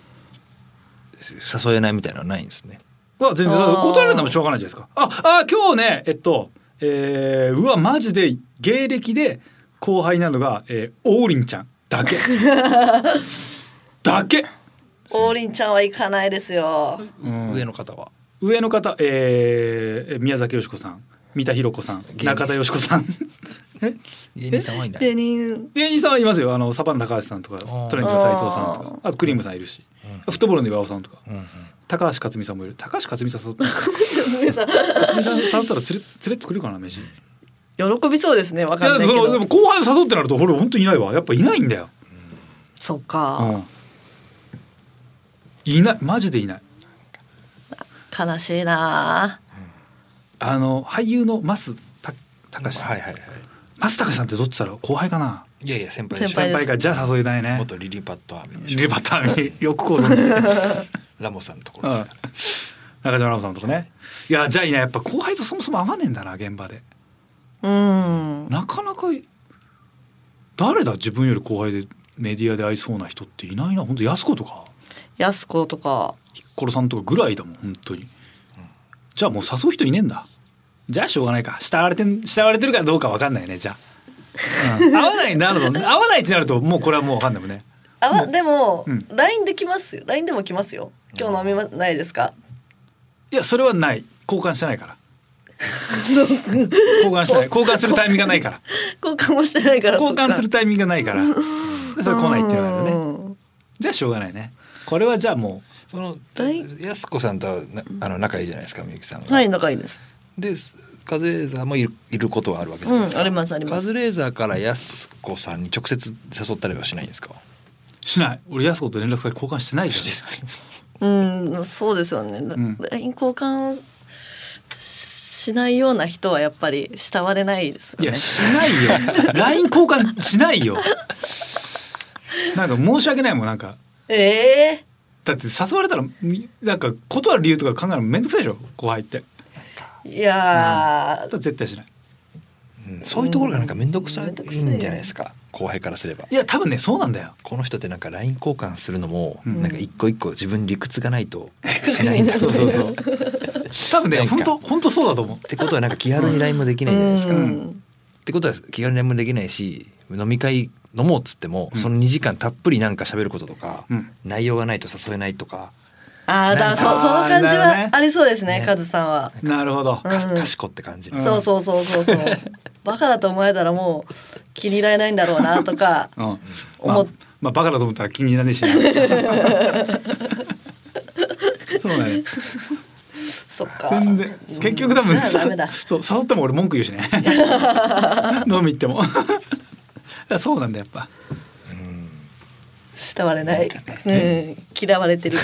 Speaker 4: 誘えないみたいなのはないんですね
Speaker 2: は全然
Speaker 3: あー
Speaker 2: 断られたもしょうがないじゃないですか。あ、あ今日ねえっと、えー、うわマジで芸歴で後輩なのが、えー、王林ちゃんだけだけ、
Speaker 3: 王林ちゃんは行かないですよ
Speaker 2: うん
Speaker 4: 上の方は
Speaker 2: 上の方、えー、宮崎美子さん三田寛子さん
Speaker 4: 芸人
Speaker 2: 中田美子さん
Speaker 4: 芸人さんはいない、
Speaker 3: 芸人
Speaker 2: 芸人さんはいますよあのサバンナ高橋さんとか
Speaker 4: ー
Speaker 2: トレンディの斉藤さんとかあとクリームさんいるし、フットボールの岩尾さんとか
Speaker 4: うんうん、
Speaker 2: 高橋克実さんもいる高橋克実さん誘った
Speaker 3: さん
Speaker 2: 克実さん誘ったら連れ連れてくるかな飯。
Speaker 3: 喜びそうですねわ
Speaker 2: いや
Speaker 3: かんない
Speaker 2: そ
Speaker 3: け
Speaker 2: ので
Speaker 3: ど
Speaker 2: も後輩を誘ってなると俺本当にいないわやっぱいないんだよ、
Speaker 3: そっ
Speaker 2: う
Speaker 3: か
Speaker 2: ん、いないマジでいない
Speaker 3: 悲しいな
Speaker 2: あの俳優の増た高志さん、
Speaker 4: はいはいはい
Speaker 2: 増高志さんってどっちだろう後輩かない
Speaker 4: やいや先輩でしょ
Speaker 3: 先輩
Speaker 2: 先
Speaker 3: で
Speaker 2: 輩
Speaker 3: す
Speaker 2: がじゃあ誘えないね
Speaker 4: 元リリー・パットアーミーでしょ
Speaker 2: リバターによ くこう存じてる
Speaker 4: ラモさんのとこ
Speaker 2: う
Speaker 4: ろ
Speaker 2: ん
Speaker 4: ですから、
Speaker 2: 中島ラモさんとかねいやじゃあいないやっぱ後輩とそもそも合わねえんだな現場で
Speaker 3: うん
Speaker 2: なかなかい誰だ自分より後輩でメディアで会いそうな人っていないな本当安子とか
Speaker 3: やす子とか
Speaker 2: ヒッコロさんとかぐらいだもん本当に、じゃあもう誘う人いねえんだじゃあしょうがないか慕われてん慕われてるかどうかわかんないねじゃあ、 うん合わないになると合わないってなるともうこれはもうわかんないもんね
Speaker 3: あわでも
Speaker 2: うん
Speaker 3: LINE できますよ LINE でも来ますよ今日飲みまないですか
Speaker 2: いやそれはない交換してない から交換してない交換するタイミングがない から
Speaker 3: 交換もしてないから
Speaker 2: 交換する
Speaker 3: と
Speaker 2: タイミングがないからでそれ来ないって言われるね
Speaker 3: ね
Speaker 2: じゃあしょうがないねこれはじゃあも
Speaker 4: その
Speaker 3: はい
Speaker 4: やす子さんとはなあの仲いいじゃないですかみゆきさんは、
Speaker 3: はい仲いいです
Speaker 4: でカズレーザーもいるいることはあるわけじゃないですか、
Speaker 3: うんありますあります
Speaker 4: カズレーザーからやす子さんに直接誘ったりはしないんですか
Speaker 2: うしない俺安子と連絡先交換してないから
Speaker 3: うん、そうですよね。
Speaker 2: ん
Speaker 3: LINE 交換をししないような人はやっぱり慕われないですよ
Speaker 2: い
Speaker 3: ね。
Speaker 2: やしない よ LINE 交換しないよなんか申し訳ないもんなんか
Speaker 3: ええ
Speaker 2: だって誘われたらみなんか断る理由とか考えるのめんどくさいでしょ後輩って
Speaker 3: いや
Speaker 2: だか
Speaker 3: ー
Speaker 2: ら絶対しない
Speaker 4: うんそういうところがなんか面倒くさいんじゃないですか後輩からすれば
Speaker 2: いや多分ねそうなんだよ
Speaker 4: この人ってなんか LINE 交換するのも、
Speaker 2: うん
Speaker 4: なんか一個一個自分理屈がないとしないんだ
Speaker 2: そうそうそう多分ね
Speaker 4: なんか
Speaker 2: 本当本当そうだと思う
Speaker 4: ってことはなんか気軽に LINE もできないじゃないですか。
Speaker 3: う
Speaker 2: うん
Speaker 3: ん
Speaker 4: ってことは気軽に LINE もできないし飲み会飲もうっつっても、
Speaker 2: うん
Speaker 4: その2時間たっぷりなんか喋ることとか、
Speaker 2: うん
Speaker 4: 内容がないと誘えないとか
Speaker 3: ああ、だから
Speaker 4: な
Speaker 3: そ
Speaker 4: んか
Speaker 3: その感じ
Speaker 2: なるほどね
Speaker 3: はありそうですね、
Speaker 4: ね
Speaker 3: カズさんは。
Speaker 2: なるほど
Speaker 3: う
Speaker 4: か
Speaker 3: ん
Speaker 4: 賢って感じ、
Speaker 2: うん
Speaker 3: そうそうそうそ うそう。バカだと思えたらもう気に入られないんだろうなとか
Speaker 2: うんま
Speaker 3: 思
Speaker 2: あ
Speaker 3: っ、
Speaker 2: まあ、バカだと思ったら気にならねえ しなそうだね
Speaker 3: そっか。
Speaker 2: 全然結局多分
Speaker 3: じゃあ
Speaker 2: さ
Speaker 3: ダメだ。
Speaker 2: そう誘っても俺文句言う しね飲み行っても だからそうなんだやっぱ
Speaker 3: 慕われない。うん、嫌わ れてる。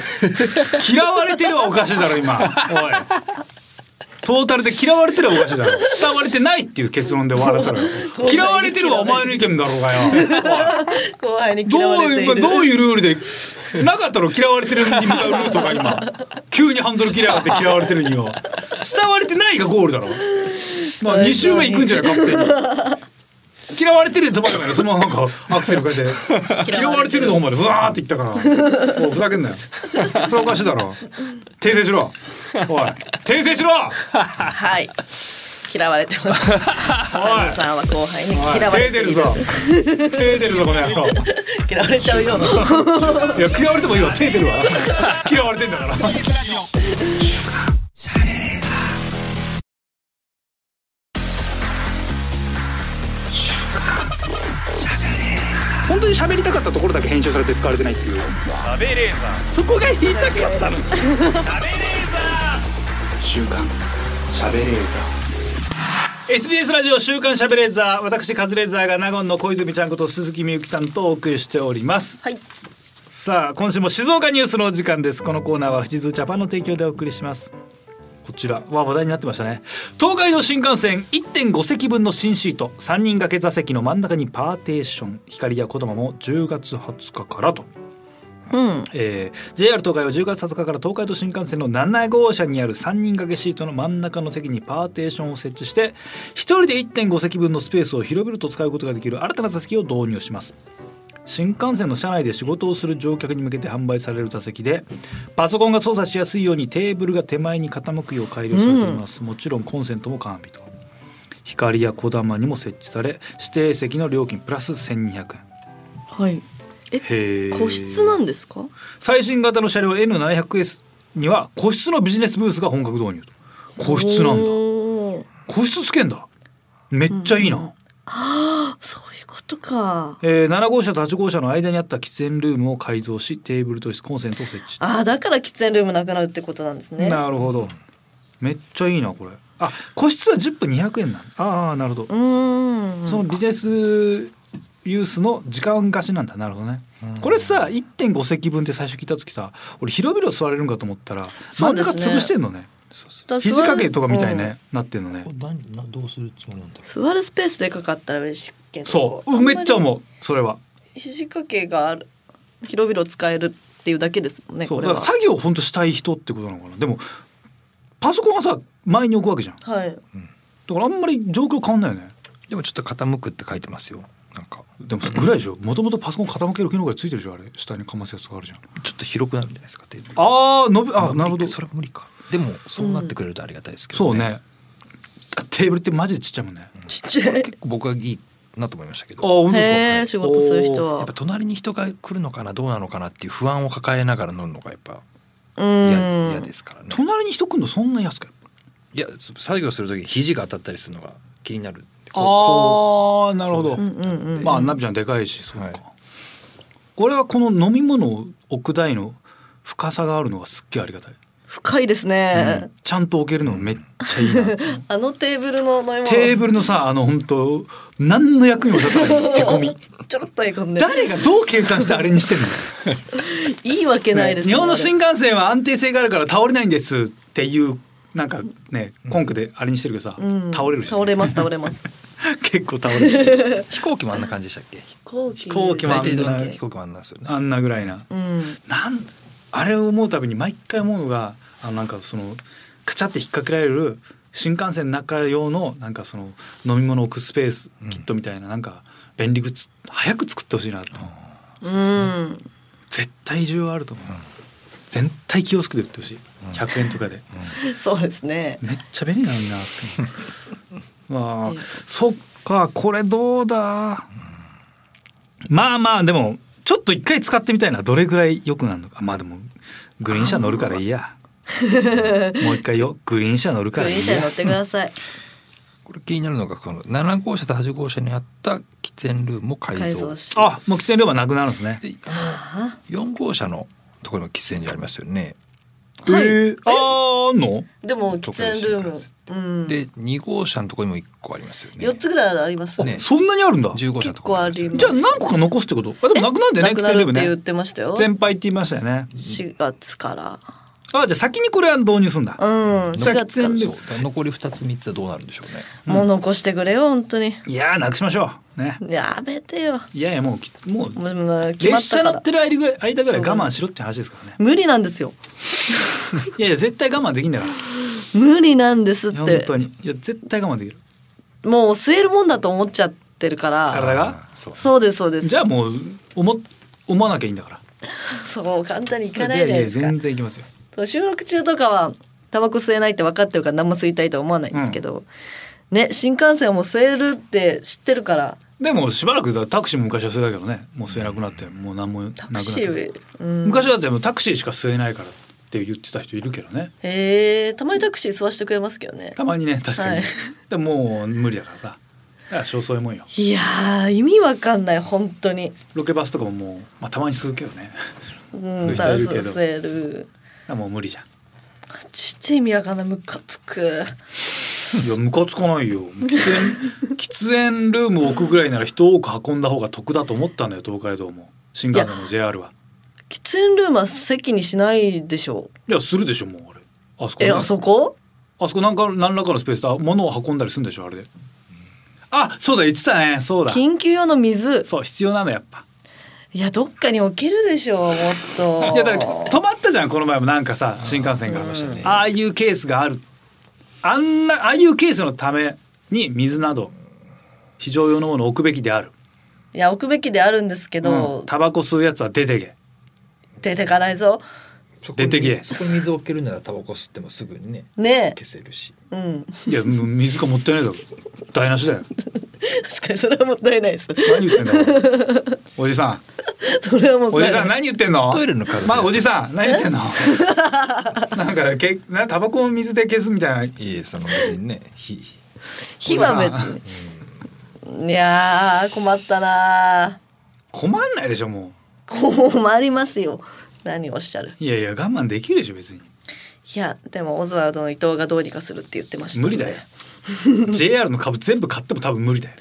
Speaker 2: 嫌われてるはおかしいだろ今おいトータルで嫌われてるはおかしい だろ慕われてないっていう結論で終わらせろよ
Speaker 3: ごめん
Speaker 2: 嫌われてるはお前の意見だろう がよ
Speaker 3: 後輩に
Speaker 2: どう
Speaker 3: 嫌われてい
Speaker 2: いう
Speaker 3: る。
Speaker 2: どういうルールでなかったの嫌われてるに向かうルートが 今急にハンドル切れやがって嫌われてるには慕われてないがゴールだろまあ2周目行くんじゃない勝手に嫌われてるで止まればいいのそのままなんかアクセル変えて嫌
Speaker 3: 嫌
Speaker 2: われ
Speaker 3: われ
Speaker 2: てる
Speaker 3: てる
Speaker 2: の方までうわーって行ったからもうふざけんなよそれおかしいだろ訂正しろおい訂正しろ
Speaker 3: はい。嫌われてます。カズさんは後輩に
Speaker 2: おい
Speaker 3: 嫌わ
Speaker 2: 手
Speaker 3: れて
Speaker 2: 出る
Speaker 3: いる。
Speaker 2: ぞ手出るぞこの野郎
Speaker 3: 嫌われちゃうような。
Speaker 2: いや嫌われてもいいわ手 出るわ嫌われてんだから
Speaker 1: 本当に喋りたかったところだけ編集されて使われてないっていうそこが言いたかったの週刊喋レーザー
Speaker 2: SBS ラジオ週刊しゃべれーザー私カズレーザーが納言の小泉ちゃんこと鈴木みゆきさんとお送りしております
Speaker 3: はい。
Speaker 2: さあ今週も静岡ニュースのお時間ですこのコーナーは富士通ジャパンの提供でお送りしますこちらは話題になってましたね東海道新幹線1.5席分の新シート3人掛け座席の真ん中にパーテーション光や子供も10月20日からと
Speaker 3: うん。
Speaker 2: えー JR 東海は10月20日から東海道新幹線の7号車にある3人掛けシートの真ん中の席にパーテーションを設置して1人で1.5席分のスペースを広々と使うことができる新たな座席を導入します新幹線の車内で仕事をする乗客に向けて販売される座席でパソコンが操作しやすいようにテーブルが手前に傾くよう改良されています、もちろんコンセントも完備と光や小玉にも設置され指定席の料金プラス1200円
Speaker 3: はい。
Speaker 2: へ
Speaker 3: え、
Speaker 2: ー
Speaker 3: 個室なんですか。
Speaker 2: 最新型の車両 N700S には個室のビジネスブースが本格導入と個室なんだ
Speaker 3: おー
Speaker 2: 個室つけんだめっちゃいいな、
Speaker 3: うんあー、そういうことか。
Speaker 2: えー7号車と8号車の間にあった喫煙ルームを改造しテーブルと椅子コンセントを設置
Speaker 3: ああ、だから喫煙ルームなくなるってことなんですね。
Speaker 2: なるほどめっちゃいいなこれあ個室は10分200円なんだああなるほ
Speaker 3: う
Speaker 2: ど、
Speaker 3: ーん。
Speaker 2: そのビジネスユースの時間貸しなんだなるほどね、
Speaker 4: うん
Speaker 2: これさ1.5席分って最初聞いた時さ俺広々座れるんかと思ったら
Speaker 3: そ
Speaker 2: 真
Speaker 3: うんです
Speaker 2: 中
Speaker 3: ね
Speaker 2: 潰してんのね
Speaker 3: だから座る
Speaker 2: 肘掛けとかみたいね、。なってんのね
Speaker 4: どうするつもりなんだろ
Speaker 3: うん座るスペースでかかったら嬉しいけど。
Speaker 2: そうめっちゃ
Speaker 3: う。
Speaker 2: 思うそれは、
Speaker 3: 肘掛けがある。広々使えるっていうだけですもんね。
Speaker 2: そう
Speaker 3: こ
Speaker 2: だ
Speaker 3: れ
Speaker 2: か
Speaker 3: は
Speaker 2: ら。作業を本当したい人ってことなのかなでもパソコンはさ前に置くわけじゃんだ
Speaker 3: はい。
Speaker 2: からあんまり状況変わんないよね
Speaker 4: でもちょっと傾くって書いてますよなんか
Speaker 2: でもそれぐらいでしょもともとパソコン傾ける機能がついてるでしょあれ下にかますやつがあるじゃん
Speaker 4: ちょっと広くなるんじゃないですかテーブル
Speaker 2: ああのびあ
Speaker 4: ま
Speaker 2: なるほ
Speaker 4: 無
Speaker 2: ど
Speaker 4: 理かそれは無理かでもそうなってくれるとありがたいですけ
Speaker 2: そ
Speaker 4: ど、
Speaker 2: う
Speaker 4: ね
Speaker 2: ねテーブルってマジでちっちゃいもんねあ
Speaker 3: ちっちゃい。
Speaker 4: 結構僕はいいなと思いましたけ
Speaker 2: あ
Speaker 4: ど
Speaker 2: 本当ですか
Speaker 3: へえ、仕事する人
Speaker 2: おー
Speaker 4: やっ
Speaker 3: は
Speaker 4: ぱ。隣に人が来るのかなどうなのかなっていう不安を抱えながら乗るのがやっぱ
Speaker 3: う
Speaker 4: 嫌嫌
Speaker 3: ん
Speaker 4: で。すからね
Speaker 2: 隣に人来んのそんな安く
Speaker 4: いや作業する時に肘が当たったりするのが気になる
Speaker 2: あ
Speaker 4: こ
Speaker 2: あーなるほど、
Speaker 3: うんうんうん。
Speaker 2: まあナビちゃんでかいしそうか、
Speaker 4: はい
Speaker 2: これはこの飲み物を置く台の深さがあるのがすっげえありがたい
Speaker 3: 深いですね、
Speaker 2: ちゃんと置けるのめっちゃいいな
Speaker 3: あのテーブルの飲み物
Speaker 2: テーブルのさあの本当何の役にも立たないへ こみ
Speaker 3: ちょろっとへこんで
Speaker 2: 誰がどう計算してあれにしてんの
Speaker 3: いいわけないです
Speaker 2: ね日本の新
Speaker 3: 新
Speaker 2: 幹線は安定性があるから倒れないんですっていうなんかね根拠であれにしてるけどさ、倒れるし、
Speaker 3: 倒れます倒れます
Speaker 2: 結構倒れるし
Speaker 4: 飛行機もあんな感じでしたっけ
Speaker 3: 飛行機
Speaker 2: 飛行機も
Speaker 4: 大体
Speaker 2: あんな
Speaker 4: 飛行機もあんなんですよね
Speaker 2: あんなぐらいな
Speaker 3: うん
Speaker 2: なんあれを思うたびに毎回思うのがあのなんかそのカチャって引っ掛けられる新幹線の中用のなんかその飲み物置くスペース
Speaker 4: うん
Speaker 2: キットみたいななんか便利グッズ早く作ってほしいなと
Speaker 3: うん
Speaker 2: 絶対需要あると思う、全体キオスクで売ってほしい
Speaker 4: うん
Speaker 2: 100円とかで、
Speaker 3: そうですね
Speaker 2: めっちゃ便利なんだって思 うわあ
Speaker 3: いや
Speaker 2: そっかこれどうだまあまあでもちょっと一回使ってみたいなどれぐらい良くなるのかまあでもグリーン車乗るからいい やもう一回よグリーン車乗る
Speaker 3: グ
Speaker 2: から
Speaker 3: リ
Speaker 2: い
Speaker 3: ーン
Speaker 2: い
Speaker 3: 車
Speaker 2: や
Speaker 3: に乗ってください
Speaker 4: これ気になるのがこの7号車と8号車にあった喫煙ルームを改
Speaker 3: 改
Speaker 4: 造
Speaker 3: 造して
Speaker 2: あもう喫煙量はなくなるんですね、
Speaker 4: であの4号車のところにも喫煙所ありますよね、
Speaker 3: はい
Speaker 2: えー、あーあんの
Speaker 3: でも喫煙ルームうん
Speaker 4: で2号車のところにも1個ありますよね
Speaker 3: 四つぐらいあります
Speaker 4: ね
Speaker 2: そんなにあるんだじゃ
Speaker 4: 15車のところにもりますよ
Speaker 3: 結構あ
Speaker 4: ね
Speaker 3: ります
Speaker 2: あ何個か残すってことあでもなくなるんだよね
Speaker 3: な
Speaker 2: 喫
Speaker 3: くな
Speaker 2: 煙
Speaker 3: る
Speaker 2: 量
Speaker 3: って言っ
Speaker 2: ね
Speaker 3: てましたよ
Speaker 2: 全廃って言いましたよね
Speaker 3: 4月から
Speaker 2: あじゃあ先にこれは導入するんだ、
Speaker 3: うん4
Speaker 2: じゃあ
Speaker 3: 月から
Speaker 2: 喫煙ルーム
Speaker 4: そうだから残り2つ3つはどうなるんでしょうね
Speaker 3: もう残してくれよ本当に
Speaker 2: いやーなくしましょうね
Speaker 3: やめてよ
Speaker 2: いやいやもうきもう
Speaker 3: もうもう決まっ
Speaker 2: 列車
Speaker 3: た
Speaker 2: 乗
Speaker 3: か
Speaker 2: っ
Speaker 3: ら
Speaker 2: てる間ぐらい間ぐらい我慢しろって話ですからね。
Speaker 3: 無理なんですよ
Speaker 2: いやいや絶対我慢できんだから。
Speaker 3: 無理なんですっ
Speaker 2: いや本
Speaker 3: て
Speaker 2: 当にいや絶対我慢できる。
Speaker 3: もう吸えるもんだと思っちゃってるから
Speaker 2: 体が
Speaker 4: そう
Speaker 3: そうですそうです
Speaker 2: じゃあもう思思わなきゃいいんだから。
Speaker 3: そう簡単にいかない
Speaker 2: い
Speaker 3: じ
Speaker 2: や
Speaker 3: ゃ
Speaker 2: いや
Speaker 3: ない
Speaker 2: いや
Speaker 3: ですか
Speaker 2: 全然いきますよ。
Speaker 3: そう収録中とかはタバコ吸えないって分かってるから何も吸いたいとは思わないんですけど、ね新幹線はもう吸えるって知ってるから
Speaker 2: でもしばらくだタクシーも昔は吸えたけどねもう吸えなくなってもう何もなくな
Speaker 3: タ
Speaker 2: っ
Speaker 3: クシ
Speaker 2: てる。
Speaker 3: ー、うん、
Speaker 2: 昔だってもうタクシーしか吸えないからって言ってた人いるけどね。
Speaker 3: へえたまにタクシー吸わしてくれますけどね
Speaker 2: たまにね確かに。
Speaker 3: はい
Speaker 2: でももう無理だからさ。だから少々もんよ。
Speaker 3: いやー意味わかんない本当に、
Speaker 2: ロケバスとかももう、まあ、たまに吸うけどね。
Speaker 3: う
Speaker 2: 吸
Speaker 3: ん、
Speaker 2: う人いるけど
Speaker 3: 吸える
Speaker 2: だからもう無理じゃん。
Speaker 3: マジで意味わかんないムカつく
Speaker 2: いやムカつかないよ喫煙 喫煙ルーム置くぐらいなら人多く運んだ方が得だと思ったのよ東海道も新幹線の JR は
Speaker 3: 喫煙ルームは席にしないでしょ
Speaker 2: いやするでしょもうあれあそこ、
Speaker 3: え
Speaker 2: ね、
Speaker 3: あそこ
Speaker 2: あそこなんか何らかのスペースだ物を運んだりするんでしょあれであそうだ言ってたねそうだ
Speaker 3: 緊急用の水
Speaker 2: そう必要なのやっぱ
Speaker 3: いやどっかに置けるでしょもっと
Speaker 2: いやだから止まったじゃんこの前もなんかさ新幹線が
Speaker 4: ありましたね
Speaker 2: ああいうケースがあるあんなああいうケースのために水など非常用のものを置くべきである、
Speaker 3: いや置くべきであるんですけど、
Speaker 2: うんタバコ吸うやつは出てけ
Speaker 3: 出てかないぞ
Speaker 4: そこ
Speaker 2: 出
Speaker 4: に
Speaker 2: てけ
Speaker 4: そこに水を置けるならタバコ吸ってもすぐにね
Speaker 3: ね
Speaker 4: 消せるし
Speaker 3: えうん
Speaker 2: いやもう水がもったいないだろ台無しだよ
Speaker 3: 確かにそれはもったいないです
Speaker 2: 何言ってんだおじさん
Speaker 3: それはもっ
Speaker 2: お
Speaker 3: た
Speaker 2: じ
Speaker 3: い
Speaker 2: さん
Speaker 3: ない
Speaker 2: 何言ってんの
Speaker 4: トイレの壁
Speaker 2: まあおじさん何言ってんのなんかけなタバコを水で消すみたいない
Speaker 4: いえその別にね火
Speaker 3: 火は別にいやー困ったな
Speaker 2: 困んないでしょも
Speaker 3: ー困りますよ何をおっしゃる
Speaker 2: ういやいや我慢できるでしょ別に
Speaker 3: いやでもオズワルドの伊藤がどうにかするって言ってました
Speaker 2: 無理だよ JR の株全部買っても多分無理だよ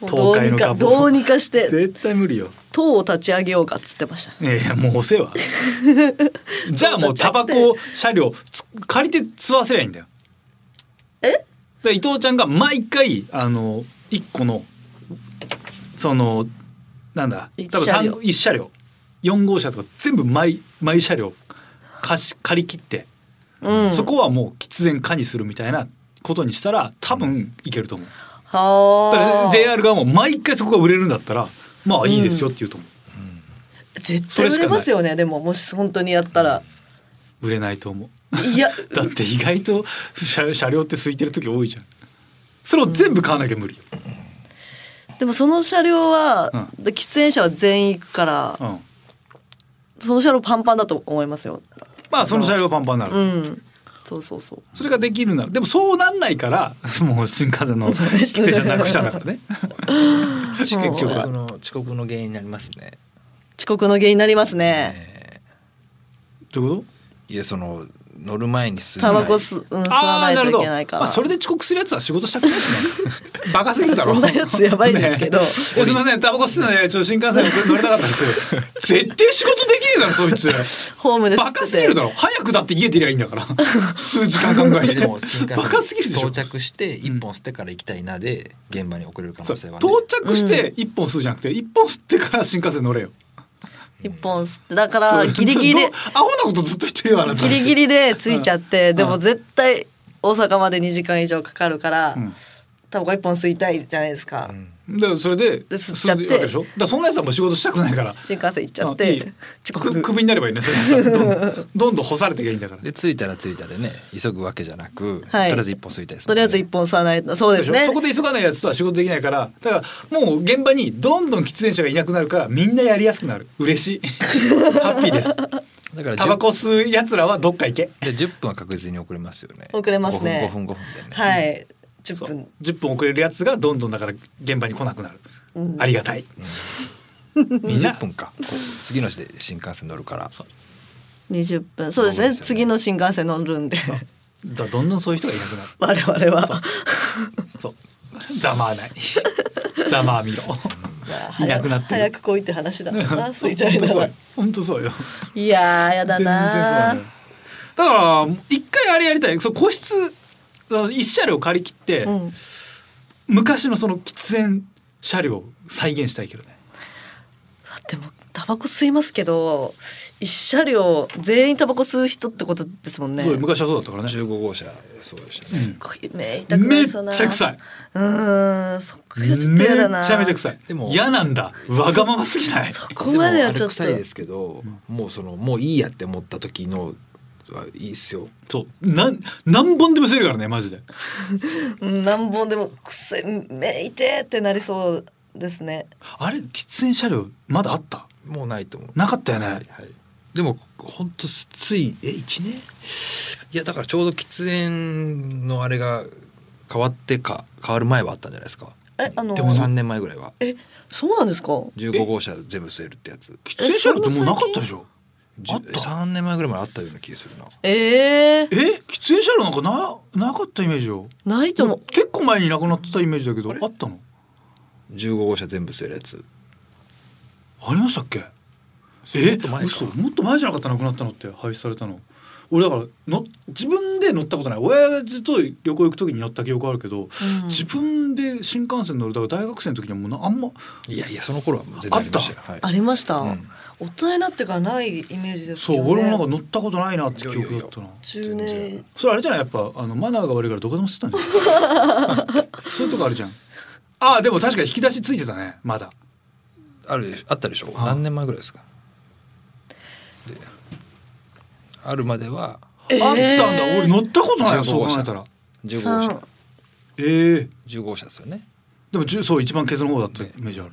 Speaker 3: もうどう
Speaker 2: 東
Speaker 3: にか
Speaker 2: 海の株
Speaker 3: どうにかして
Speaker 2: 絶対無理よ
Speaker 3: 党を立ち上げようかっつってました
Speaker 2: いやいやもうお世話じゃあもうタバコを車両つ借りて吸わせりゃいいんだよ
Speaker 3: え
Speaker 2: で伊藤ちゃんが毎回あの一個のそのなんだ
Speaker 3: 一
Speaker 2: 多分
Speaker 3: 車両
Speaker 2: 三一車両四号車とか全部毎毎車両貸し借り切って、
Speaker 3: うん
Speaker 2: そこはもう喫煙可にするみたいなことにしたら多分いけると思う。だか
Speaker 3: は
Speaker 2: ら
Speaker 3: あ
Speaker 2: JR がもう毎回そこが売れるんだったらまあいいですよって言うと思う。
Speaker 3: 絶
Speaker 2: それ
Speaker 3: 対
Speaker 2: しか
Speaker 3: 売
Speaker 2: な
Speaker 3: れ
Speaker 2: い
Speaker 3: ますよねでももし本当にやったら
Speaker 2: 売れないと思う。
Speaker 3: いや
Speaker 2: だって意外と車車両って空いてる時多いじゃん。それを全部買わなきゃ無理よ。
Speaker 3: でもその車両は、
Speaker 2: う
Speaker 3: で喫煙者は全員行くから、
Speaker 2: うん。
Speaker 3: その車両パンパンだと思いますよ
Speaker 2: まあその車両パンパンになる。
Speaker 3: うんそうそうそう
Speaker 2: それができるならでもそうなんないから もう新幹線 の喫煙者なくしたんだからね結
Speaker 3: うん
Speaker 2: 局
Speaker 4: 遅
Speaker 2: は
Speaker 4: 刻の遅刻の原因になりますね
Speaker 3: 遅刻の原因になりますね
Speaker 2: どういうこ
Speaker 4: いやその乗る前に吸う
Speaker 3: タバコ吸,、うん、吸わ
Speaker 2: あ
Speaker 3: な
Speaker 2: あ
Speaker 3: い
Speaker 2: なるほ
Speaker 3: と
Speaker 2: ど。
Speaker 3: いけないから。
Speaker 2: まあそれで遅刻するやつは仕事したくない しね。バカすぎるだろ。
Speaker 3: そんなやつやばいですけど
Speaker 2: ねいやすみません、タバコ吸ってたんで、ちょっと新幹線乗れなかった です。絶対仕事できねえだろ、そいつ。
Speaker 3: ホームで吸ってて
Speaker 2: バカすぎるだろ。早くだって家出りゃいいんだから。数時間考え
Speaker 4: でも新
Speaker 2: て。
Speaker 4: 幹線
Speaker 2: バカすぎるでしょ
Speaker 4: 到。着して一本吸ってから行きたいなで現場に遅れる可
Speaker 2: そ
Speaker 4: 能
Speaker 2: う
Speaker 4: 性は、ね、
Speaker 2: 到着して一本吸うじゃなくて、一本吸ってから新幹線乗れよ。
Speaker 3: 一本吸ってだからギリギリ
Speaker 2: そう
Speaker 3: で
Speaker 2: どアホなことずっと言ってるよ、あなた
Speaker 3: ギリギリで着いちゃって、
Speaker 2: ん
Speaker 3: でも絶対大阪まで2時間以上かかるから、
Speaker 2: うん
Speaker 3: タバコ一本吸いたいじゃないですか、
Speaker 2: だからそれで
Speaker 3: 吸っちゃって
Speaker 2: るわけでしょだからそんなやつはもう仕事したくないから
Speaker 3: 新幹線行っちゃって
Speaker 2: あいいよ
Speaker 3: 遅
Speaker 2: くク
Speaker 3: 刻
Speaker 2: ビになればいいねそ れどんどんどんどん干されてきゃいいんだから
Speaker 4: で着いたら着いたでね急ぐわけじゃなく、
Speaker 3: はい
Speaker 4: とりあえず一本吸いたいですも
Speaker 3: と
Speaker 4: ん
Speaker 3: りあえ
Speaker 4: ね、
Speaker 3: ず一本吸わないとそうですね
Speaker 2: そこで急がないやつとは仕事できないからだからもう現場にどんどん喫煙者がいなくなるからみんなやりやすくなる嬉 しいハッピーです
Speaker 4: だから
Speaker 2: タバコ吸うやつらはどっか行け
Speaker 4: で10分は確実に遅れますよね
Speaker 3: 遅れますね
Speaker 4: 5分5分5分でね
Speaker 3: はい10
Speaker 2: そう
Speaker 3: 分
Speaker 2: 10分遅れるやつがどんどんだから現場に来なくなる、
Speaker 3: うん
Speaker 2: ありがたいみんな
Speaker 4: 20分かこう次の日で新幹線乗るから
Speaker 3: 20分そうですね
Speaker 4: そうですよね
Speaker 3: 次の新幹線乗るんで
Speaker 2: だからどんどんそういう人がいなくなる
Speaker 3: 我々は
Speaker 2: そうざまあないざまあみろいなくなってる
Speaker 3: 早く来いって話だな吸いたい
Speaker 2: 本当
Speaker 3: な
Speaker 2: そう
Speaker 3: ら
Speaker 2: よ本当そうよ
Speaker 3: いやーやだな
Speaker 2: 全然そうだから一回あれやりたいそう個室一車両借り切って、
Speaker 3: うん、
Speaker 2: 昔のその喫煙車両を再現したいけどね
Speaker 3: でもタバコ吸いますけど一車両全員タバコ吸う人ってことですもんね
Speaker 2: そう昔はそうだったからね、
Speaker 4: 15号車そうでしたね
Speaker 3: すごい目痛くな
Speaker 2: めっ
Speaker 3: り
Speaker 2: ち
Speaker 3: そ
Speaker 2: ゃ
Speaker 3: うな
Speaker 2: 臭
Speaker 3: い
Speaker 2: いう
Speaker 3: ーんそっか
Speaker 2: めっ
Speaker 3: ちょっとやだな
Speaker 2: ちゃめちゃ臭い
Speaker 4: でも
Speaker 2: 嫌なんだわがまますぎない
Speaker 3: そこまではち
Speaker 4: で
Speaker 3: ょっと
Speaker 4: もあれ臭いですけど、もうそのもういいやって思った時のはいいっすよ
Speaker 2: そうなん何本でも吸えるからねマジで
Speaker 3: うん何本でもくせ目痛えってなりそうですね
Speaker 2: あれ喫煙車両まだあった
Speaker 4: もうないと思う
Speaker 2: なかったよね、
Speaker 4: はいはい、でも本当ついえ1年いやだからちょうど喫煙のあれが変わってか変わる前はあったんじゃないですか
Speaker 3: えあの
Speaker 2: でも
Speaker 4: 3年前ぐらいは
Speaker 3: えそうなんですか
Speaker 4: 15号車全部吸えるってやつ
Speaker 2: 喫煙車両ってもうなかったでしょあった
Speaker 4: 3年前ぐらいまであったような気がするな
Speaker 3: えー、
Speaker 2: え喫煙車両なんかななかったイメージよ
Speaker 3: ないと思う
Speaker 2: 結構前になくなってたイメージだけどあったの
Speaker 4: 15号車全部吸えるやつ
Speaker 2: ありましたっけえ
Speaker 4: もっと前か
Speaker 2: 嘘もっと前じゃなかったなくなったのって廃止されたの俺だからの自分で乗ったことない親父と旅行行く時に乗った記憶あるけど、
Speaker 3: うん
Speaker 2: 自分で新幹線乗るだから大学生の時にはもうなあんま
Speaker 4: いやいやその頃はもう全然ありましたよはい
Speaker 3: ありました、
Speaker 4: うん
Speaker 3: 大人になってからないイメージです
Speaker 2: そ
Speaker 3: け
Speaker 2: う
Speaker 3: どね
Speaker 2: 俺もなんか乗ったことないなって記憶だったな
Speaker 3: 10年
Speaker 2: それあれじゃないやっぱあのマナーが悪いからどこでも吸ってたんじ ゃんそういうとこあるじゃんああでも確かに引き出しついてたねまだ
Speaker 4: あるでしあったでしょ
Speaker 2: あ
Speaker 4: 何年前ぐらいですかであるまでは
Speaker 3: えー
Speaker 2: あったんだ俺乗ったことないよ
Speaker 4: 15
Speaker 2: そう考えたら
Speaker 4: 15号車
Speaker 3: さ
Speaker 2: ええ
Speaker 4: 15号車ですよね
Speaker 2: でもじゅそう一番ケツの方だったイメージある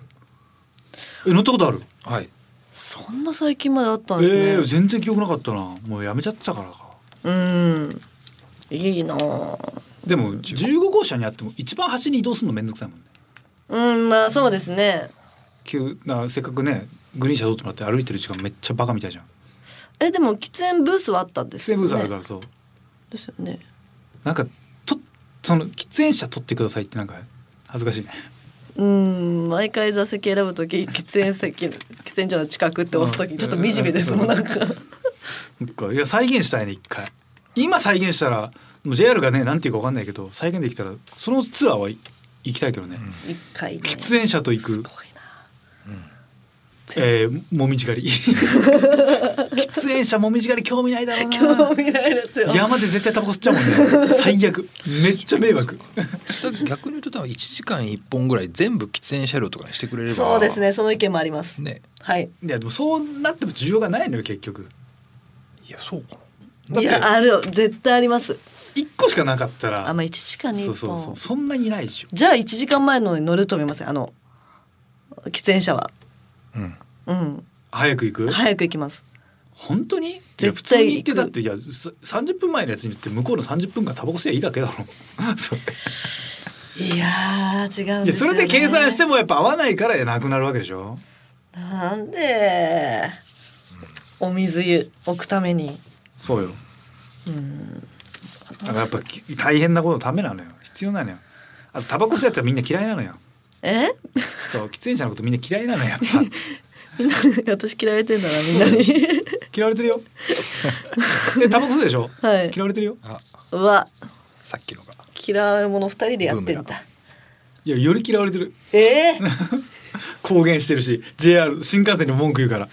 Speaker 2: え乗ったことある
Speaker 4: はい
Speaker 3: そんな最近まであったんですね、
Speaker 2: ええ全然記憶なかったなもうやめちゃってたからか
Speaker 3: うんいいなあ
Speaker 2: でも15号車にあっても一番端に移動するのめんどくさいもんね
Speaker 3: うんまあそうですね
Speaker 2: 急なせっかくねグリーン車通ってもらって歩いてる時間めっちゃバカみたいじゃん
Speaker 3: えでも喫煙ブースはあったんです
Speaker 2: 喫煙ブースあるからそう
Speaker 3: ですよね
Speaker 2: なんかとその喫煙者取ってくださいってなんか恥ずかしいね
Speaker 3: うん毎回座席選ぶとき喫 煙席喫煙所の近くって押すときちょっと惨めですもんなんか
Speaker 2: なんかいや再現したいね一回今再現したらもう JR がねなんていうかわかんないけど再現できたらそのツアーはい行きたいけどね、
Speaker 3: 一回ね
Speaker 2: 喫煙者と行く
Speaker 3: すごいな
Speaker 2: えー、もみじ 狩り喫煙者もみじ狩り興味ないだろう
Speaker 3: 興
Speaker 2: な
Speaker 3: 味ないですよ
Speaker 2: 山で絶対タバコ吸っちゃうもんね最悪めっちゃ迷 惑
Speaker 4: だから逆に言うと多分1時間1本ぐらい全部喫煙車両とかにしてくれれば
Speaker 3: そうですねその意見もあります
Speaker 4: ね
Speaker 3: はい
Speaker 2: いやでもそうなっても需要がないのよ結局
Speaker 4: いやそう
Speaker 2: だ
Speaker 4: か
Speaker 2: って
Speaker 3: いやある絶対あります
Speaker 2: 一個しかなかったら
Speaker 3: あまあ1時間に
Speaker 2: そう
Speaker 3: 1
Speaker 2: そう
Speaker 3: 本
Speaker 2: そうそんなにないでしょ
Speaker 3: じゃあ1時間前のに乗ると思いませんあの喫煙者は
Speaker 4: なうん
Speaker 3: うん
Speaker 2: 早く行く、
Speaker 3: 早く行きます
Speaker 2: 本当にい
Speaker 3: 対
Speaker 2: や普通に行って
Speaker 3: 行く
Speaker 2: だっていやさ30分前のやつに言って向こうの30分間タバコ吸えばいいだけだろ それ
Speaker 3: いやー違うん
Speaker 2: い
Speaker 3: で
Speaker 2: や
Speaker 3: す
Speaker 2: そ
Speaker 3: よ、
Speaker 2: れ
Speaker 3: ね、
Speaker 2: で計算してもやっぱ合わないからなくなるわけでしょ
Speaker 3: なんでお水置くために
Speaker 2: そうよ
Speaker 3: うん
Speaker 2: だからやっぱき大変なことのためなのよ必要なのよあとタバコ吸うやつはみんな嫌いなのよ
Speaker 3: え
Speaker 2: そう喫煙者のことみんな嫌いなのよ やっぱ
Speaker 3: みんな 私嫌われてんだなみんなに
Speaker 2: 嫌われてる よでタバコ吸うでしょ、
Speaker 3: はい
Speaker 2: 嫌われてるよ
Speaker 4: あ
Speaker 3: うわ
Speaker 4: さっきのが
Speaker 3: 嫌い者二人でやってん
Speaker 4: ブーメラ
Speaker 3: だ
Speaker 2: いやより嫌われてる
Speaker 3: えー、
Speaker 2: 公言してるし JR 新幹線にも文句言う か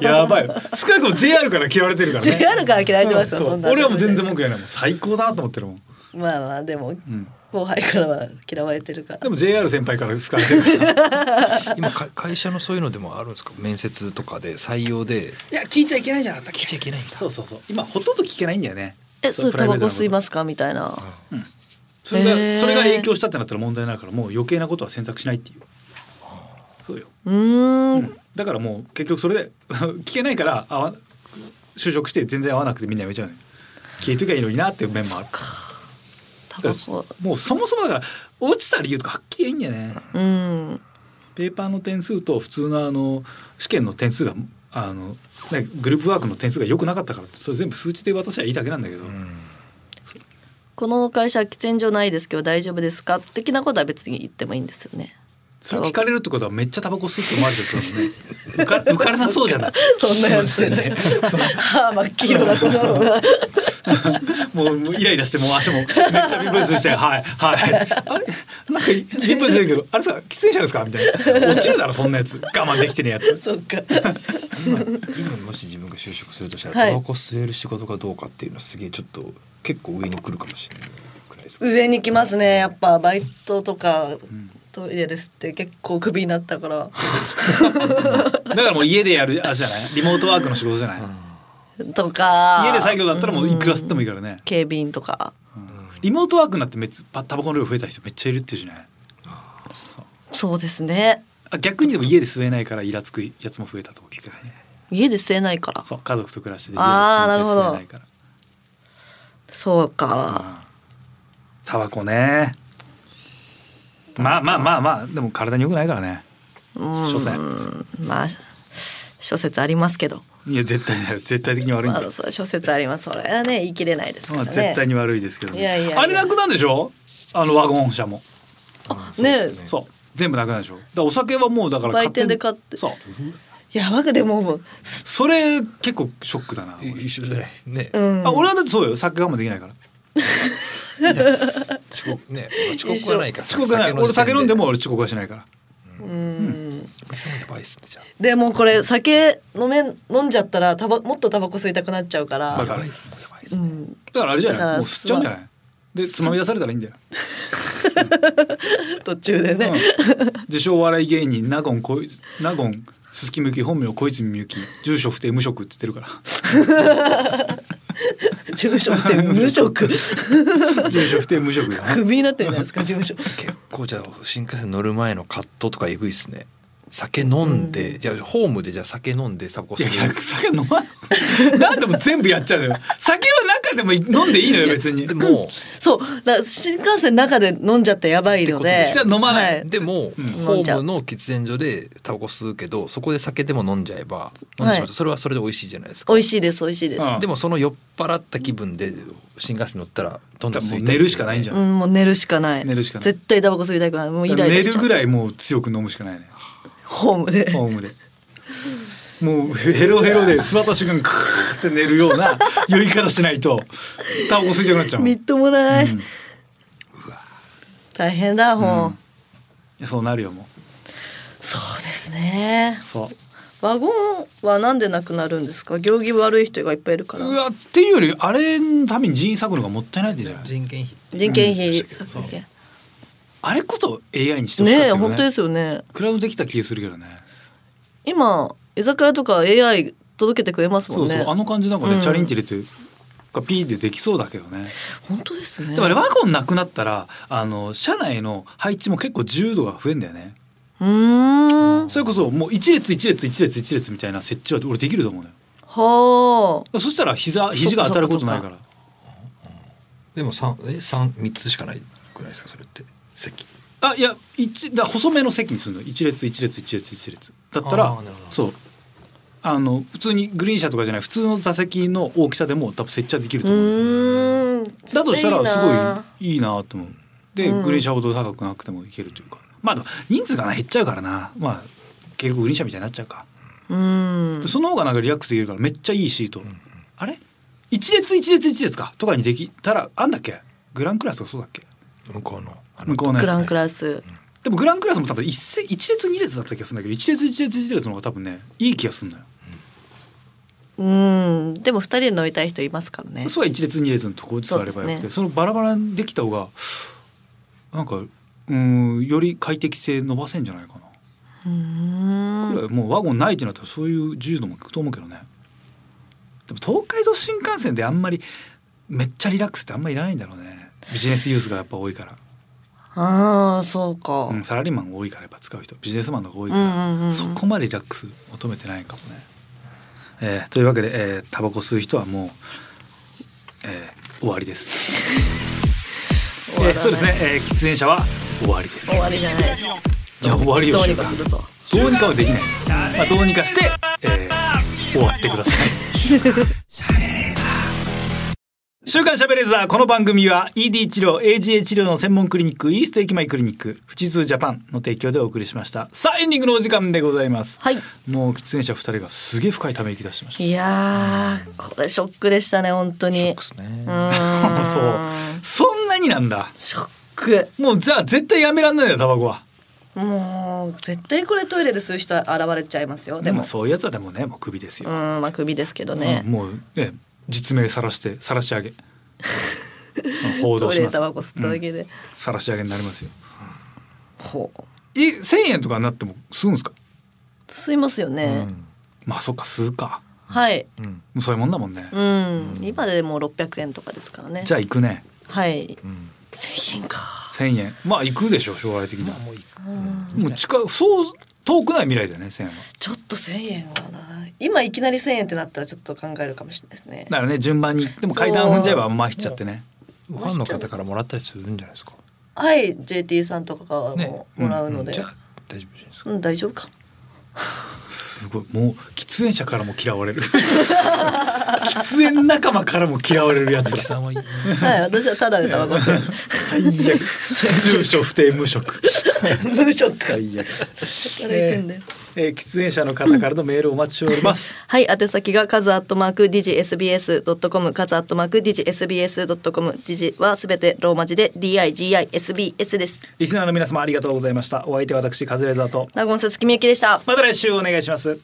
Speaker 2: らやばいよ少なくとも JR から嫌われてるからね
Speaker 3: JR から嫌われてますよ、
Speaker 2: うんそう
Speaker 3: そんな
Speaker 2: 俺はもう全然文句言わないもう最高だなと思ってるもん、
Speaker 3: まあまあでも、
Speaker 2: うん、
Speaker 3: 後輩からは嫌われてるから
Speaker 2: でも JR 先輩から好かれてるから
Speaker 4: 今か会社のそういうのでもあるんですか面接とかで採用で
Speaker 2: いや聞いちゃいけないじゃなかった
Speaker 4: 聞いちゃいけないんだ
Speaker 2: そうそうそう今ほとんど聞けないんだよね
Speaker 3: えそれタバコ吸いますすかみたいな
Speaker 2: それが
Speaker 3: へー
Speaker 2: それが影響したってなったら問題になるからもう余計なことは選択しないっていうそうよ、
Speaker 3: うーん
Speaker 2: だからもう結局それで 聞けないからあわ就職して全然合わなくてみんな辞めちゃうのよ消えときゃいいのになっていう面もある
Speaker 3: タ
Speaker 2: だか
Speaker 3: バ
Speaker 2: ら
Speaker 3: コ
Speaker 2: もうそもそもだから落ちた理由とかはっきりいいんだよね
Speaker 3: うん
Speaker 2: ペーパーの点数と普通のあの試験の点数があの、ね、グループワークの点数が良くなかったからってそれ全部数値で渡せばいいだけなんだけど、
Speaker 4: うん
Speaker 3: この会社は喫煙所ないですけど大丈夫ですか的なことは別に言ってもいいんですよね
Speaker 2: それ聞かれるってことはめっちゃタバコ吸って思われてる からね浮か浮からなそうじゃない
Speaker 3: そんなやつ
Speaker 2: その時点で
Speaker 3: 歯真っ黄色だと思うな
Speaker 2: もうもうイライラしてもう足もめっちゃビンプしてはいはいあれなんかビンプしてるけどあれさ喫煙者ですかみたいな落ちるだろそんなやつ我慢できてねえやつ
Speaker 3: そっか
Speaker 4: 今今もし自分が就職するとしたら、
Speaker 3: はい
Speaker 4: タバコ吸える仕事がどうかっていうのはすげえちょっと結構上に来るかもしれないくらいですか、
Speaker 3: 上に来ますねやっぱバイトとかトイレですって結構クビになったから
Speaker 2: だからもう家でやるあれじゃないリモートワークの仕事じゃない、
Speaker 3: とか
Speaker 2: 家で作業だったらもういくら吸ってもいいからね、
Speaker 3: 警備員とか
Speaker 2: リモートワークになってめっちゃタバコの量増えた人めっちゃいるっていうしね
Speaker 3: そうですね
Speaker 2: あ逆にでも家で吸えないからイラつくやつも増えたと聞くからね
Speaker 3: 家で吸えないから
Speaker 2: そう家族と暮らしてで家で
Speaker 3: あーなるほど
Speaker 2: 吸えないから
Speaker 3: そうか
Speaker 2: うんタバコねまあまあまあまあでも体に良くないからね
Speaker 3: うん
Speaker 2: 所詮
Speaker 3: まあ諸説ありますけど
Speaker 2: いや絶対だよ絶対的に悪いん
Speaker 3: ま
Speaker 2: だ
Speaker 3: あ
Speaker 2: よ、
Speaker 3: そう諸説ありますそれはね言い切れないですか
Speaker 2: ま
Speaker 3: ら
Speaker 2: あ
Speaker 3: ね
Speaker 2: 絶対に悪いですけど、
Speaker 3: いやいやいや
Speaker 2: あれなくなんでしょあのワゴン車も
Speaker 4: そうです
Speaker 3: ね
Speaker 2: そう全部なくなるでしょだからお酒はもうだから
Speaker 3: 売店で買って
Speaker 2: そう
Speaker 3: やばくでももう
Speaker 2: それ結構ショックだな俺
Speaker 4: 一緒じゃないね、
Speaker 3: うん
Speaker 2: あ俺はだってそうよ酒我慢できないから
Speaker 4: 遅刻ね、まあ遅刻はないか
Speaker 2: 遅刻がない俺酒飲んでも俺遅刻はしないから
Speaker 3: うん
Speaker 4: おじさんやばいっすねじゃ
Speaker 3: でもこれ酒飲め飲んじゃったらタバもっとタバコ吸いたくなっちゃうか
Speaker 2: わ
Speaker 4: あ
Speaker 2: か
Speaker 3: ら、
Speaker 4: やば
Speaker 2: る
Speaker 4: いもうやばいっす
Speaker 3: う
Speaker 4: ね
Speaker 3: ん、
Speaker 2: だからあれじゃ
Speaker 3: だか
Speaker 2: な
Speaker 3: ら
Speaker 2: いもう吸っちゃうんじゃないでつまみ出されたらいいんだよ、
Speaker 3: 途中でね、
Speaker 2: うん自称お笑い芸人ナゴンこいナゴン鈴木みゆき本名小泉みゆき住所不定無職って言ってるか
Speaker 3: 事務所って 無職
Speaker 2: ら 住所不定無職 だね
Speaker 3: クビになってるじゃないですか事務所
Speaker 4: 結構じゃあ新幹線乗る前のカットとかえぐいっすね酒飲んで、じゃあホームでじゃあ酒飲んでタバコ
Speaker 2: い
Speaker 4: 吸
Speaker 2: や
Speaker 4: う
Speaker 2: 逆酒飲まない何でも全部やっちゃうのよ酒は中でも飲んでいいのよ別に
Speaker 4: でも
Speaker 3: そうだから新幹線の中で飲んじゃってやばいので
Speaker 2: ってことでじゃあ飲まない
Speaker 3: は
Speaker 4: でも、
Speaker 2: うん
Speaker 4: ホームの喫煙所でタバコ吸うけどそこで酒でも飲んじゃえば飲んでしまうと、
Speaker 3: はい
Speaker 4: それはそれで美味しいじゃないですか
Speaker 3: 美味しいです美味しいです、
Speaker 2: うん
Speaker 4: でもその酔っ払った気分で新幹線乗ったらどんどん吸いたいですよね、
Speaker 2: 寝るしかないんじゃ
Speaker 3: うんもう寝るしかない
Speaker 2: 寝るしかない
Speaker 3: 絶対タバコ吸いたくないもうイライラ
Speaker 2: 寝
Speaker 3: しち
Speaker 2: る
Speaker 3: ゃう
Speaker 2: ぐらいもう強く飲むしかないね
Speaker 3: ホームで
Speaker 2: ホームで。もうヘロヘロで座った瞬間クーって寝るような酔い方しないとタバコ吸いたくなっちゃうの
Speaker 3: みっともない、
Speaker 2: うん
Speaker 3: 大変だもう、
Speaker 2: うんそうなるよも
Speaker 3: そうですね
Speaker 2: うそう
Speaker 3: ワゴンはなんでなくなるんですか行儀悪い人がいっぱいいるから
Speaker 2: うわっていうよりあれのために人員削るのがもったいないんじゃない
Speaker 4: 人件費
Speaker 3: 人件費
Speaker 4: うん
Speaker 3: 削減
Speaker 2: あれこそ AI にしてほしかった
Speaker 3: ねえ
Speaker 2: よね
Speaker 3: 本当ですよね
Speaker 2: クラウドできた気がするけどね
Speaker 3: 今居酒屋とか AI 届けてくれます
Speaker 2: そ
Speaker 3: もん
Speaker 2: う
Speaker 3: ね
Speaker 2: そうあの感じなんかね、
Speaker 3: うん
Speaker 2: チャリンって入れてがピーでできそうだけどね
Speaker 3: 本当ですね
Speaker 2: でもあれワゴンなくなったらあの車内の配置も結構自由度が増えんだよね
Speaker 3: うーん
Speaker 2: それこそもう一列一列一列一列みたいな設置は俺できると思うのよ
Speaker 3: はあ
Speaker 2: そしたら膝肘が当たることないから
Speaker 4: でも三え三三つしかないくらいですかそれって席
Speaker 2: あいや一だから細めの席にするのよ一列一列一列一列だったら
Speaker 4: あーなるほど
Speaker 2: そうあの普通にグリーン車とかじゃない普通の座席の大きさでも多分設置できる
Speaker 3: う
Speaker 2: と思う。
Speaker 3: ーん
Speaker 2: だとしたらす
Speaker 3: いいな
Speaker 2: ごいいいなと思う。で、
Speaker 3: うん
Speaker 2: グリーン車ほど高くなくてもいけるというか。まあでも人数がな減っちゃうからな。まあ結局グリーン車みたいになっちゃうか。
Speaker 3: うん
Speaker 2: でその方がなんかリラックスできるからめっちゃいいシート。あれ一列一列一列かとかにできたらあんだっけグランクラスがそうだっけ
Speaker 4: 向こうのあの
Speaker 2: 向こうの
Speaker 3: グラ
Speaker 2: や
Speaker 3: ン
Speaker 2: つ、
Speaker 3: ク
Speaker 2: ね、
Speaker 3: ラス
Speaker 2: でもグランクラスも多分一せ一列二列だった気がするんだけど一列一列一列の方が多分ねいい気がするんだよ。
Speaker 3: うんでも二人で乗りたい人いますからね
Speaker 2: そうは一列二列のところに座ればよくて
Speaker 3: そうです
Speaker 2: そ,、
Speaker 3: ね
Speaker 2: のバラバラにできた方がなんかうんより快適性伸ばせんじゃないかな、
Speaker 3: うーん
Speaker 2: これもうワゴンないってなったらそういう自由度も効くと思うけどねでも東海道新幹線であんまりめっちゃリラックスってあんまりいらないんだろうねビジネスユースがやっぱ多いから、
Speaker 3: ああそうか、
Speaker 2: うん、サラリーマンが多いからやっぱ使う人ビジネスマンの方が多いか
Speaker 3: うん
Speaker 2: ら、
Speaker 3: うんうんうん
Speaker 2: そこまでリラックス求めてないかもね、えーというわけで、えータバコ吸う人はもう、えー終わりです
Speaker 3: 終わ
Speaker 2: え
Speaker 3: ら
Speaker 2: ー
Speaker 3: ない
Speaker 2: そうですね、えー喫煙者は終わりです。
Speaker 3: 終わりじゃない
Speaker 2: いや終わりよ
Speaker 3: どう
Speaker 2: 習
Speaker 3: にか
Speaker 2: 慣
Speaker 3: するぞ
Speaker 2: どうにかはできない。まあどうにかして、えー終わってくださ い。週刊しゃべれーザーこの番組は ED 治療 AGA 治療の専門クリニックイースト駅前クリニック富士通ジャパンの提供でお送りしましたさあエンディングのお時間でございます、
Speaker 3: はい
Speaker 2: もう喫煙者2人がすげえ深いため息出してました
Speaker 3: いやーこれショックでしたね本当に
Speaker 4: ショックっすね
Speaker 3: うー ん
Speaker 2: そうそんなになんだ
Speaker 3: ショック
Speaker 2: もうじゃあ絶対やめらんないよタバコは
Speaker 3: もう絶対これトイレでする人は現れちゃいますよで
Speaker 2: でも
Speaker 3: も
Speaker 2: そういうやつはでもねもうクビです
Speaker 3: う
Speaker 2: よ、
Speaker 3: ーんまあ首ですけどね、
Speaker 2: うんもう、ね、実名さらしてさらし上げ うん報道
Speaker 3: トイ
Speaker 2: し
Speaker 3: レ
Speaker 2: ま
Speaker 3: タバコ吸
Speaker 2: す
Speaker 3: っただけで、
Speaker 2: さらし上げになりますよ
Speaker 3: ほう
Speaker 2: え1,000円とかになっても吸うんですか
Speaker 3: 吸いますよ
Speaker 4: う
Speaker 3: ね、
Speaker 4: ん
Speaker 2: まあそっか吸うか
Speaker 3: はい
Speaker 4: うん
Speaker 2: もうそういうもんだもんね、
Speaker 3: うん、今でもう600円とかですからね
Speaker 2: じゃあ行くね
Speaker 3: はい
Speaker 4: うん
Speaker 3: 1000円か
Speaker 2: 1,000円まあ行くでしょ将来的に
Speaker 4: ま
Speaker 2: は
Speaker 4: あもういいか
Speaker 2: もう近いそう遠くない未来だよね1,000円は
Speaker 3: ちょっと1000円はな今いきなり1000円ってなったらちょっと考えるかもしれないですね
Speaker 2: だからね順番にでも階段踏んじゃえばまあ引っちゃってね
Speaker 4: ファンの方からもらったりするんじゃないですか
Speaker 3: はい JT さんとかがもう
Speaker 2: ね
Speaker 3: もらうので、
Speaker 4: じゃあ大丈夫じゃないですか
Speaker 3: うん大丈夫か
Speaker 2: すごいもう喫煙者からも嫌われる 喫煙仲間からも嫌われるやつ
Speaker 4: 鈴
Speaker 2: ら
Speaker 4: 木さんはいいね
Speaker 3: はい私はただでタバコ吸う
Speaker 2: 最悪住所不定無職
Speaker 3: 無職働い
Speaker 2: 最悪、
Speaker 3: てんだよ
Speaker 2: えー、喫煙者の方からのメールをお待ちしており ます
Speaker 3: はい、宛先がカズアットマークディジ SBS ドットコム、カズアットマークディジ SBS ドットコム、ディジはすべてローマ字で D I G I S B S です。
Speaker 2: リスナーの皆様ありがとうございましたお相手は私カズレーザーと
Speaker 3: ナゴンス月みゆきでした。
Speaker 2: また来週お願いします